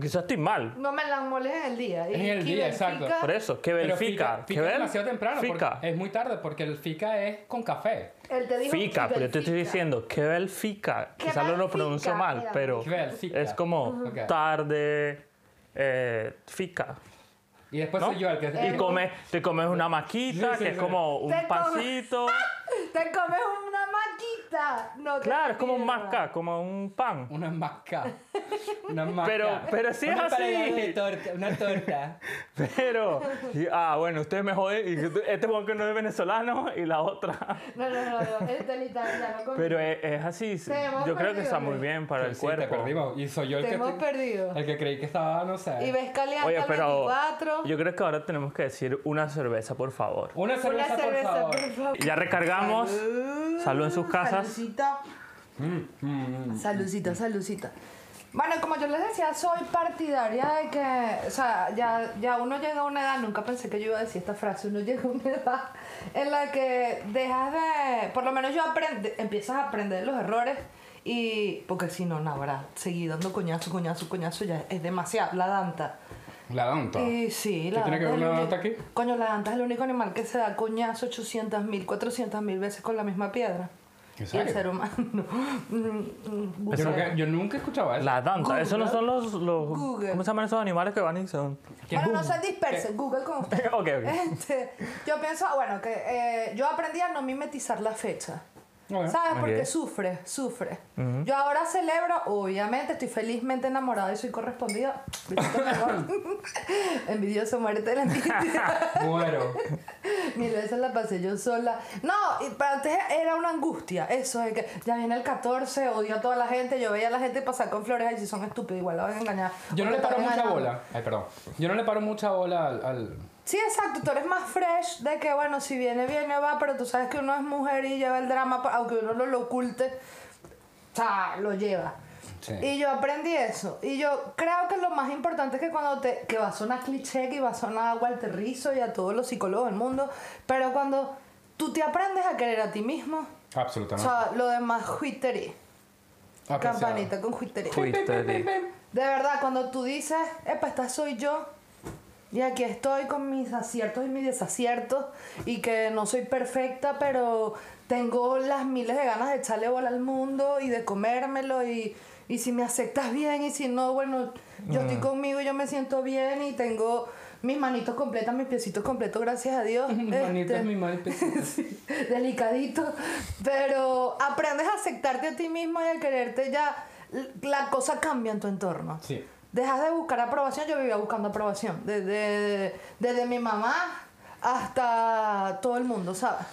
Speaker 2: Quizás estoy mal.
Speaker 1: No melanmol es en el día. y
Speaker 3: en el día,
Speaker 1: Kibel
Speaker 3: exacto.
Speaker 1: Fica-
Speaker 2: Por eso, que el fica.
Speaker 3: fica es
Speaker 2: Kebel
Speaker 3: demasiado temprano.
Speaker 2: Fica.
Speaker 3: porque Es muy tarde porque el fica es con café.
Speaker 1: Él te dijo Kibel
Speaker 2: Fica, pero yo te estoy
Speaker 1: Fica.
Speaker 2: diciendo que el fica.
Speaker 1: Que
Speaker 2: Quizás
Speaker 1: bel
Speaker 2: lo, lo pronuncio
Speaker 1: fica,
Speaker 2: mal,
Speaker 1: mira.
Speaker 2: pero
Speaker 3: Que bel fica.
Speaker 2: es como
Speaker 3: Ok.
Speaker 2: tarde, eh, fica.
Speaker 3: Y después
Speaker 2: ¿no?
Speaker 3: soy yo el que...
Speaker 2: Y come- te comes una maquita,
Speaker 3: Sí, sí,
Speaker 2: que es
Speaker 3: sí.
Speaker 2: como un
Speaker 1: Te comes-
Speaker 2: pancito.
Speaker 1: Te comes una maquita. No te
Speaker 2: Claro, es como un
Speaker 1: pierdas.
Speaker 2: masca, como un pan.
Speaker 3: Una masca. Una masca.
Speaker 2: Pero- pero sí es
Speaker 3: Una
Speaker 2: así.
Speaker 3: paredada de torta, una torta.
Speaker 2: Pero, y- ah, bueno, ustedes me joden. y tú- Este es que no es venezolano y la otra.
Speaker 1: No, no, no, no. Es del italiano. con-
Speaker 2: Pero es, es así. sí.
Speaker 1: hemos
Speaker 2: Yo creo que
Speaker 1: perdido,
Speaker 2: está muy
Speaker 1: Luis.
Speaker 2: bien para el
Speaker 3: Sí, te
Speaker 2: cuerpo.
Speaker 3: perdimos. Y soy yo el
Speaker 1: te
Speaker 3: que...
Speaker 1: hemos perdido.
Speaker 3: El que creí que estaba, no sé.
Speaker 1: Y ves caliente
Speaker 2: Oye,
Speaker 1: al
Speaker 2: pero
Speaker 1: 24.
Speaker 2: yo creo que ahora tenemos que decir una cerveza, por favor.
Speaker 3: Una
Speaker 1: una
Speaker 3: cerveza, por
Speaker 1: cerveza,
Speaker 3: favor.
Speaker 1: por favor.
Speaker 2: Ya recargamos.
Speaker 1: Salud.
Speaker 2: Salud en sus casas.
Speaker 1: Saludcita. Saludcita, saludcita. Bueno, como yo les decía, soy partidaria de que, o sea, ya, ya uno llega a una edad, nunca pensé que yo iba a decir esta frase, uno llega a una edad en la que dejas de, por lo menos yo aprende, empiezas a aprender los errores y, porque si no, no, verdad, seguir dando coñazo, coñazo, coñazo, ya es demasiado, la danta.
Speaker 3: La danta.
Speaker 1: Y Eh, sí, la
Speaker 3: tiene que
Speaker 1: danta es
Speaker 3: ver
Speaker 1: el
Speaker 3: una
Speaker 1: uni-
Speaker 3: danta aquí?
Speaker 1: Coño, la danta es el único animal que se da coñazo 800 mil, 400 mil veces con la misma piedra. Y
Speaker 3: ¿En
Speaker 1: el
Speaker 3: serio?
Speaker 1: ser humano. Mm, mm,
Speaker 3: Yo nunca, yo nunca escuchaba eso.
Speaker 2: La danta. Esos no son los. los-
Speaker 1: Google.
Speaker 2: ¿Cómo se llaman esos animales que van y son?
Speaker 3: ¿Qué
Speaker 1: bueno, no
Speaker 3: Google?
Speaker 1: se dispersen, Google con ustedes.
Speaker 2: ok, ok.
Speaker 1: ah, Este, yo pienso, bueno, que eh, yo aprendí a no mimetizar la fecha.
Speaker 3: Ah, Bueno.
Speaker 1: ¿Sabes? Porque
Speaker 2: Ok.
Speaker 1: sufre, sufre. Yo ahora celebro, obviamente, estoy felizmente enamorada y soy correspondida. Besito, mi amor. Envidioso, muerte de la envidia.
Speaker 3: Muero.
Speaker 1: Mil veces la pasé yo sola. No, y para antes era una angustia. Eso de que ya viene el 14, odio a toda la gente. Yo veía a la gente pasar con flores y si son estúpidos, igual la van a engañar.
Speaker 3: Yo no
Speaker 1: Porque
Speaker 3: le
Speaker 1: están
Speaker 3: paro mucha
Speaker 1: engañando.
Speaker 3: bola. Ay, perdón. Yo no le paro mucha bola al. al-
Speaker 1: Sí, exacto. Tú eres más fresh de que, bueno, si viene, viene, va. Pero tú sabes que uno es mujer y lleva el drama, pa- aunque uno no lo oculte. O sea, lo lleva.
Speaker 3: Sí.
Speaker 1: Y yo aprendí eso. Y yo creo que lo más importante es que cuando te. que va a sonar cliché, que va a sonar a Walter Rizzo y a todos los psicólogos del mundo. Pero cuando tú te aprendes a querer a ti mismo, o
Speaker 3: Absolutamente.
Speaker 1: sea, lo demás, juitería.
Speaker 3: Apreciado.
Speaker 1: Campanita con juitería.
Speaker 2: Twitter.
Speaker 1: De verdad, cuando tú dices, epa, esta soy yo, y aquí estoy con mis aciertos y mis desaciertos, y que no soy perfecta, pero tengo las miles de ganas de echarle bola al mundo y de comérmelo, y, y si me aceptas bien, y si no, bueno, yo estoy conmigo y yo me siento bien, y tengo mis manitos completas, mis piecitos completos, gracias a Dios.
Speaker 3: Mi manito
Speaker 1: Este,
Speaker 3: es mi mal
Speaker 1: Sí, delicadito, pero aprendes a aceptarte a ti mismo y a quererte ya, l- la cosa cambia en tu entorno.
Speaker 3: Sí.
Speaker 1: Dejas de buscar aprobación, yo vivía buscando aprobación, desde, desde mi mamá hasta todo el mundo, ¿sabes?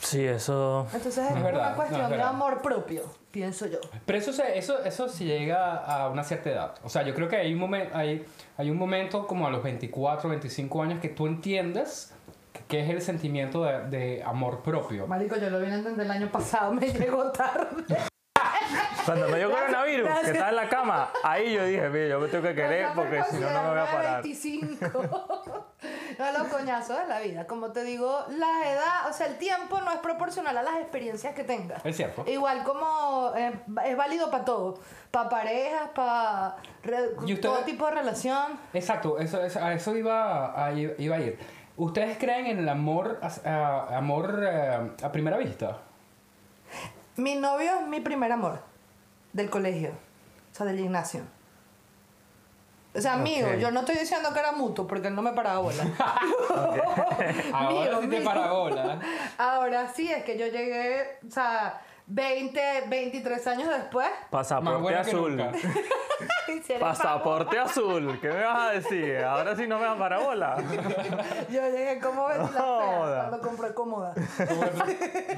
Speaker 2: Sí, eso.
Speaker 1: Entonces es,
Speaker 3: Es
Speaker 1: una
Speaker 3: verdad, no, es
Speaker 1: cuestión de
Speaker 3: verdad.
Speaker 1: amor propio, pienso yo.
Speaker 3: Pero eso, se- eso, eso sí llega a una cierta edad. O sea, yo creo que hay un, momen- hay, hay un momento como a los 24, 25 años que tú entiendes que- que es el sentimiento de, de amor propio.
Speaker 1: Marico, yo lo vine a entender el año pasado, me llegó tarde.
Speaker 2: Cuando me dio
Speaker 1: Gracias,
Speaker 2: coronavirus, que
Speaker 1: gracias.
Speaker 2: estaba en la cama, ahí yo dije, mira, yo me tengo que querer
Speaker 1: Pues,
Speaker 2: porque si no, no me voy a parar.
Speaker 1: 25. no, los coñazos de la vida. Como te digo, la edad, o sea, el tiempo no es proporcional a las experiencias que tengas.
Speaker 3: Es cierto.
Speaker 1: Igual como eh, es válido para todo. Para parejas, para
Speaker 3: ¿Y ustedes?
Speaker 1: todo tipo de relación.
Speaker 3: Exacto, eso, eso- a eso iba a, iba a ir. ¿Ustedes creen en el amor, a, a- amor eh, a primera vista?
Speaker 1: Mi novio es mi primer amor del colegio, o sea, del gimnasio. O sea, mío,
Speaker 2: Ok.
Speaker 1: yo no estoy diciendo que era mutuo porque él no me paraba bola.
Speaker 3: Ahora
Speaker 1: Mío,
Speaker 3: sí te
Speaker 1: mío.
Speaker 3: para bola.
Speaker 1: Ahora sí, es que yo llegué, o sea, 20, 23 años después.
Speaker 3: Más
Speaker 2: Pasaporte
Speaker 3: buena que
Speaker 2: azul.
Speaker 3: nunca.
Speaker 1: hicieron-
Speaker 2: Pasaporte azul. ¿Qué me vas a decir? Ahora sí no me dan parabola.
Speaker 1: Yo llegué como Betty la fea
Speaker 2: Joda.
Speaker 1: cuando compré cómoda.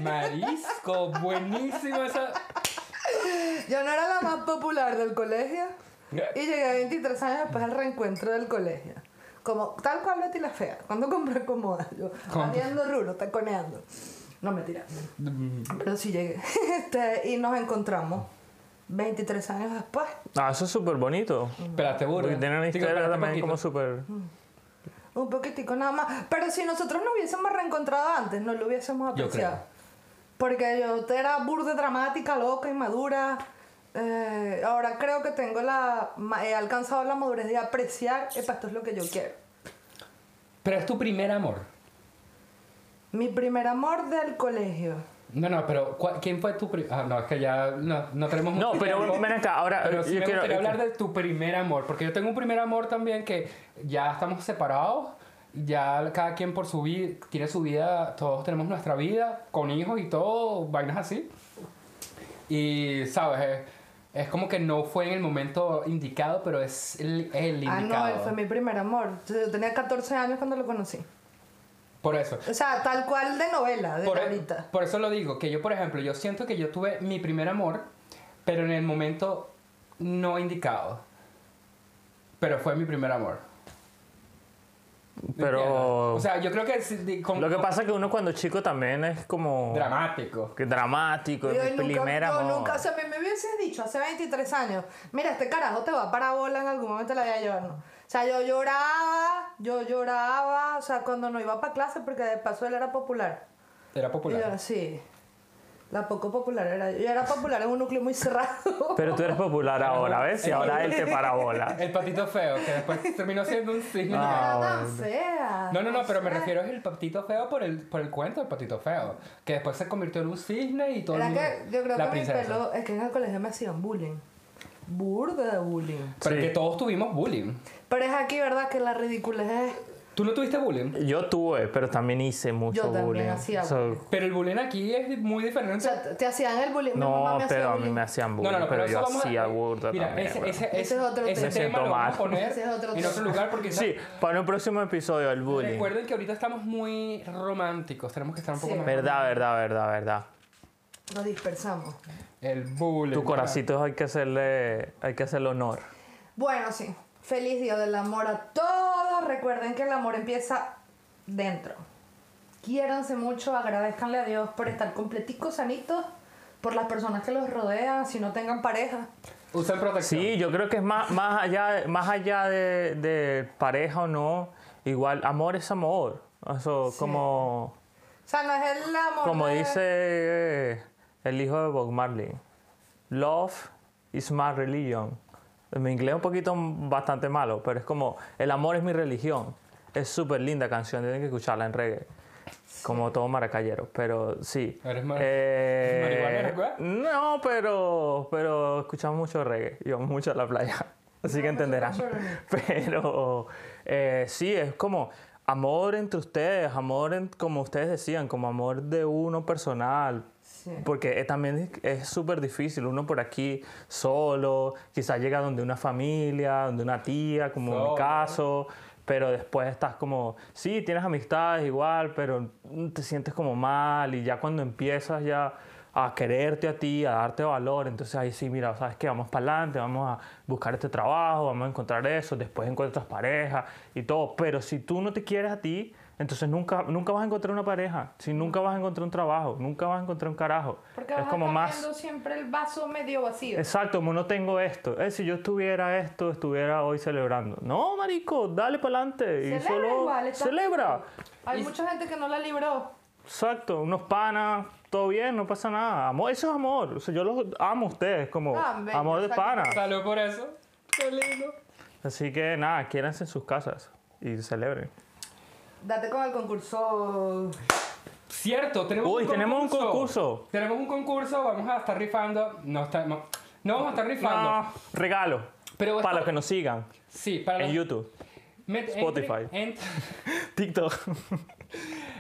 Speaker 3: Marisco, buenísimo esa.
Speaker 1: Yo no era la más popular del colegio. Y llegué 23 años después al reencuentro del colegio. Como tal cual Betty la fea. Cuando compré cómoda, yo
Speaker 3: ¿Cómo?
Speaker 1: haciendo rulo, taconeando. No me Pero sí llegué. Este, y nos encontramos 23 años después.
Speaker 2: Ah, eso es súper bonito.
Speaker 3: Espérate, Mm. burro.
Speaker 2: Porque tiene una historia también como súper.
Speaker 1: Un poquitico nada más. Pero si nosotros nos hubiésemos reencontrado antes, no lo hubiésemos
Speaker 3: Yo
Speaker 1: apreciado. Porque yo era burda, dramática, loca, inmadura. Eh, ahora creo que tengo la. ma- He alcanzado la madurez de apreciar. Epa, esto es lo que yo quiero.
Speaker 3: Pero es tu primer amor.
Speaker 1: Mi primer amor del colegio.
Speaker 3: No, no, pero ¿cuál- ¿quién fue tu primer...? Ah, no, es que ya no, no tenemos
Speaker 2: No,
Speaker 3: mucho
Speaker 2: pero
Speaker 3: tiempo.
Speaker 2: ven acá, ahora,
Speaker 3: Pero sí
Speaker 2: yo
Speaker 3: me
Speaker 2: quiero-
Speaker 3: gustaría hablar de tu primer amor, porque yo tengo un primer amor también que ya estamos separados, ya cada quien por su vida, tiene su vida, todos tenemos nuestra vida, con hijos y todo, vainas así. Y, ¿sabes? Es, es como que no fue en el momento indicado, pero es el, el
Speaker 1: Ah,
Speaker 3: indicado.
Speaker 1: no, él fue mi primer amor. Yo tenía 14 años cuando lo conocí.
Speaker 3: Por eso.
Speaker 1: O sea, tal cual de novela, de
Speaker 3: por, e-
Speaker 1: ahorita.
Speaker 3: por eso lo digo, que yo, por ejemplo, yo siento que yo tuve mi primer amor, pero en el momento no indicado. Pero fue mi primer amor.
Speaker 2: Pero.
Speaker 3: ¿Entiendes? O sea, yo creo que. es de- con-
Speaker 2: lo que pasa es que uno cuando chico también es como.
Speaker 3: Dramático.
Speaker 2: que dramático.
Speaker 1: Yo
Speaker 2: es mi
Speaker 1: nunca,
Speaker 2: primer
Speaker 1: yo
Speaker 2: amor.
Speaker 1: nunca, o sea, me, me hubieses dicho hace 23 años, mira, este carajo te va para bola, en algún momento la voy a llevar, ¿no? O sea, yo lloraba, yo lloraba, o sea, cuando no iba para clase, porque de paso él era popular.
Speaker 3: Era
Speaker 1: Y yo,
Speaker 3: popular.
Speaker 1: sí. La poco popular era yo. Yo era popular en un núcleo muy cerrado.
Speaker 2: Pero tú eres popular ahora, ¿ves? Y ahora él te parabola.
Speaker 3: El patito feo, que después terminó siendo un cisne.
Speaker 1: No
Speaker 2: Ah,
Speaker 1: era tan fea.
Speaker 3: No, no, no, pero me
Speaker 1: Era-
Speaker 3: refiero es el patito feo por el, por el cuento del patito feo. Que después se convirtió en un cisne y todo el
Speaker 1: Era
Speaker 3: mundo-
Speaker 1: que yo creo
Speaker 3: la
Speaker 1: que mi
Speaker 3: princesa.
Speaker 1: pelo, es que en el colegio me hacían bullying. Burda de bullying.
Speaker 3: Pero es
Speaker 2: Sí.
Speaker 3: que todos tuvimos bullying.
Speaker 1: Pero es aquí, ¿verdad? Que la ridiculez es
Speaker 3: ¿Tú no tuviste bullying?
Speaker 2: Yo tuve, pero también hice mucho
Speaker 1: Yo también
Speaker 2: bullying.
Speaker 1: hacía
Speaker 2: So,
Speaker 1: bullying.
Speaker 3: Pero el bullying aquí es muy diferente.
Speaker 1: O sea, te- te hacían el bullying. Mi mamá
Speaker 2: no,
Speaker 1: me hacía
Speaker 2: pero a mí
Speaker 1: bullying.
Speaker 2: me hacían bullying,
Speaker 3: no, no, no,
Speaker 2: pero,
Speaker 3: pero,
Speaker 2: yo
Speaker 3: eso vamos
Speaker 2: hacía
Speaker 3: a...
Speaker 2: burda
Speaker 3: Mira,
Speaker 2: también.
Speaker 3: ese,
Speaker 2: bro.
Speaker 3: ese,
Speaker 1: Ese es otro
Speaker 3: ese
Speaker 1: tema.
Speaker 2: Me
Speaker 3: tema
Speaker 2: siento
Speaker 3: lo vamos a
Speaker 2: mal.
Speaker 3: poner
Speaker 1: Ese es otro
Speaker 3: en
Speaker 1: tema.
Speaker 3: otro lugar porque
Speaker 2: Sí, para un próximo episodio, el bullying.
Speaker 3: Recuerden que ahorita estamos muy románticos, tenemos que estar un poco
Speaker 1: Sí.
Speaker 3: más...
Speaker 2: Verdad, verdad, verdad, verdad.
Speaker 1: Nos dispersamos.
Speaker 3: El bullying.
Speaker 2: Tu coracitos hay que hacerle, hay que hacerle honor.
Speaker 1: Bueno, sí. Feliz Día del Amor a todos. Recuerden que el amor empieza dentro. Quiéranse mucho, agradezcanle a Dios por estar completicos, sanitos, por las personas que los rodean, si no tengan pareja.
Speaker 3: Usen protección.
Speaker 2: Sí, yo creo que es más, más allá, de- más allá de, de pareja o no, igual, amor es amor. Eso, como,
Speaker 1: O sea, no es el amor.
Speaker 2: como
Speaker 1: de-
Speaker 2: dice eh, el hijo de Bob Marley, love is my religion. Mi inglés es un poquito bastante malo, pero es como, el amor es mi religión. Es súper linda canción, tienen que escucharla en reggae. Como todo maracayero, pero sí.
Speaker 3: Eres mar-
Speaker 2: Eh,
Speaker 3: marihuanero, güey?
Speaker 2: No, pero, pero escuchamos mucho reggae. Yo mucho a la playa. Así que entenderán. Pero eh, sí, es como amor entre ustedes, amor, en- como ustedes decían, como amor de uno personal.
Speaker 1: Sí.
Speaker 2: Porque eh, también es- es súper difícil uno por aquí solo, quizás llega donde una familia, donde una tía, como en mi
Speaker 3: Solo.
Speaker 2: caso, pero después estás como, sí, tienes amistades igual, pero mm, te sientes como mal y ya cuando empiezas ya a quererte a ti, a darte valor, entonces ahí sí, mira, sabes que vamos para adelante, vamos a buscar este trabajo, vamos a encontrar eso, después encuentras pareja y todo, pero si tú no te quieres a ti, entonces nunca, nunca vas a encontrar una pareja, si nunca vas a encontrar un trabajo, nunca vas a encontrar un carajo.
Speaker 1: Porque
Speaker 2: es
Speaker 1: vas
Speaker 2: como más...
Speaker 1: cambiando siempre el vaso medio vacío.
Speaker 2: Exacto, como no tengo esto. Eh, si yo estuviera esto, estuviera hoy celebrando. No, marico, dale para adelante. Y
Speaker 1: Celebra
Speaker 2: solo
Speaker 1: igual, está
Speaker 2: celebra.
Speaker 1: bien. Hay mucha gente que no la libró.
Speaker 2: Exacto, unos panas, todo bien, no pasa nada. Amor, eso es amor. O sea, yo los amo a ustedes, como
Speaker 1: Ah, bello,
Speaker 2: amor de
Speaker 1: exacto.
Speaker 2: pana.
Speaker 3: Salud por eso. Qué lindo.
Speaker 2: Así que nada, quédense en sus casas y celebren.
Speaker 1: Date con el concurso.
Speaker 3: Cierto, tenemos
Speaker 2: Uy,
Speaker 3: un concurso.
Speaker 2: tenemos un concurso.
Speaker 3: Tenemos un concurso, vamos a estar rifando. No, está- no, no vamos a estar rifando.
Speaker 2: No, Ah, regalo.
Speaker 3: Pero
Speaker 2: para
Speaker 3: esto-
Speaker 2: los que nos sigan
Speaker 3: Sí, para
Speaker 2: en
Speaker 3: los-
Speaker 2: YouTube,
Speaker 3: Met-
Speaker 2: Spotify.
Speaker 3: Entren, ent-
Speaker 2: TikTok.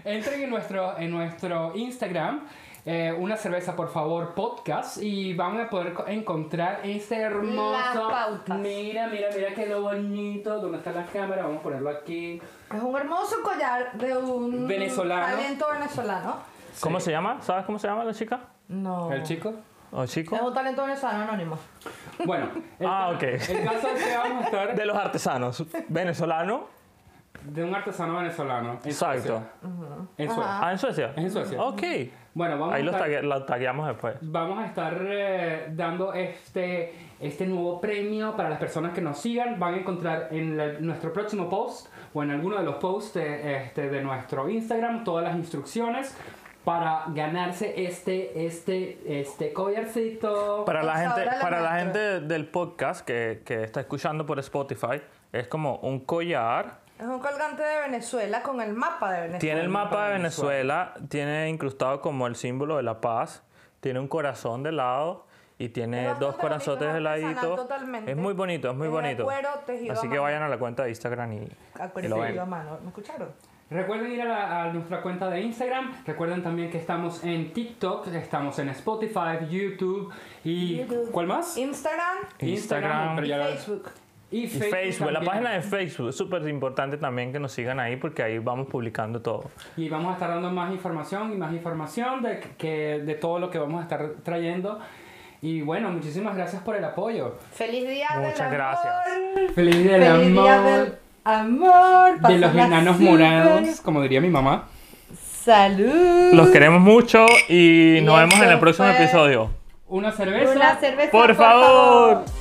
Speaker 3: entren en, nuestro, en nuestro Instagram, eh, una cerveza por favor, podcast, y van a poder co- encontrar este hermoso.
Speaker 1: Las pautas.
Speaker 3: Mira, mira, mira qué lo bonito. ¿Dónde está la cámara? Vamos a ponerlo aquí.
Speaker 1: Es un hermoso collar de un
Speaker 3: Venezolano.
Speaker 1: talento venezolano.
Speaker 2: ¿Cómo
Speaker 3: Sí.
Speaker 2: se llama? ¿Sabes cómo se llama la chica?
Speaker 1: No.
Speaker 3: ¿El chico?
Speaker 2: ¿O chico?
Speaker 1: Es un talento venezolano anónimo.
Speaker 3: Bueno. el-
Speaker 2: Ah, ok.
Speaker 3: El caso es que vamos a estar
Speaker 2: De los artesanos. Venezolano.
Speaker 3: de un artesano venezolano. en
Speaker 2: Exacto.
Speaker 3: Suecia. En Suecia.
Speaker 2: Ah, en Suecia.
Speaker 3: Es en Suecia.
Speaker 2: Ok.
Speaker 3: Bueno, vamos
Speaker 2: Ahí
Speaker 3: a
Speaker 2: los
Speaker 3: estar,
Speaker 2: tague- los tagueamos después.
Speaker 3: vamos a estar eh, dando este, este nuevo premio para las personas que nos sigan. Van a encontrar en la- nuestro próximo post o en alguno de los posts de, este, de nuestro Instagram todas las instrucciones para ganarse este, este, este collarcito.
Speaker 2: Para la
Speaker 1: Pues
Speaker 2: gente,
Speaker 1: ahora la
Speaker 2: para la gente
Speaker 1: muestra.
Speaker 2: del podcast que, que está escuchando por Spotify, es como un collar.
Speaker 1: Es un colgante de Venezuela con el mapa de Venezuela.
Speaker 2: Tiene el mapa de
Speaker 3: de
Speaker 2: Venezuela, tiene incrustado como el símbolo de la paz, tiene un corazón de lado y tiene
Speaker 1: Es bastante
Speaker 2: dos
Speaker 1: bonito,
Speaker 2: corazotes
Speaker 1: es
Speaker 2: de
Speaker 1: artesanal
Speaker 2: ladito.
Speaker 1: totalmente.
Speaker 2: Es muy bonito, es muy
Speaker 1: Es de
Speaker 2: bonito.
Speaker 1: cuero tejido
Speaker 2: Así
Speaker 1: a
Speaker 2: que
Speaker 1: mano.
Speaker 2: vayan a la cuenta de Instagram y, y lo
Speaker 1: Acuérdense,
Speaker 2: ven.
Speaker 1: yo a mano. ¿Me escucharon?
Speaker 3: Recuerden ir a, la- a nuestra cuenta de Instagram. Recuerden también que estamos en TikTok, estamos en Spotify, YouTube y
Speaker 1: YouTube.
Speaker 3: ¿cuál más?
Speaker 1: Instagram
Speaker 2: Instagram.
Speaker 3: pero
Speaker 1: y
Speaker 3: ya lo-
Speaker 1: Facebook.
Speaker 3: Y
Speaker 2: Y Facebook, la
Speaker 3: también.
Speaker 2: página de Facebook, es súper importante también que nos sigan ahí porque ahí vamos publicando todo.
Speaker 3: Y vamos a estar dando más información y más información de, que, de todo lo que vamos a estar trayendo. Y bueno, muchísimas gracias por el apoyo.
Speaker 1: Feliz Día
Speaker 2: Muchas
Speaker 1: del Amor.
Speaker 2: gracias.
Speaker 3: Feliz del
Speaker 1: Feliz Día
Speaker 3: amor.
Speaker 1: del Amor.
Speaker 3: De los
Speaker 1: Pásenla
Speaker 3: enanos
Speaker 1: súper.
Speaker 3: morados, como diría mi mamá.
Speaker 1: Salud.
Speaker 2: Los queremos mucho y nos
Speaker 1: Y
Speaker 2: vemos en el
Speaker 1: eso
Speaker 2: próximo
Speaker 1: fue
Speaker 2: episodio.
Speaker 3: Una cerveza.
Speaker 1: Una cerveza.
Speaker 2: Por favor.
Speaker 1: favor.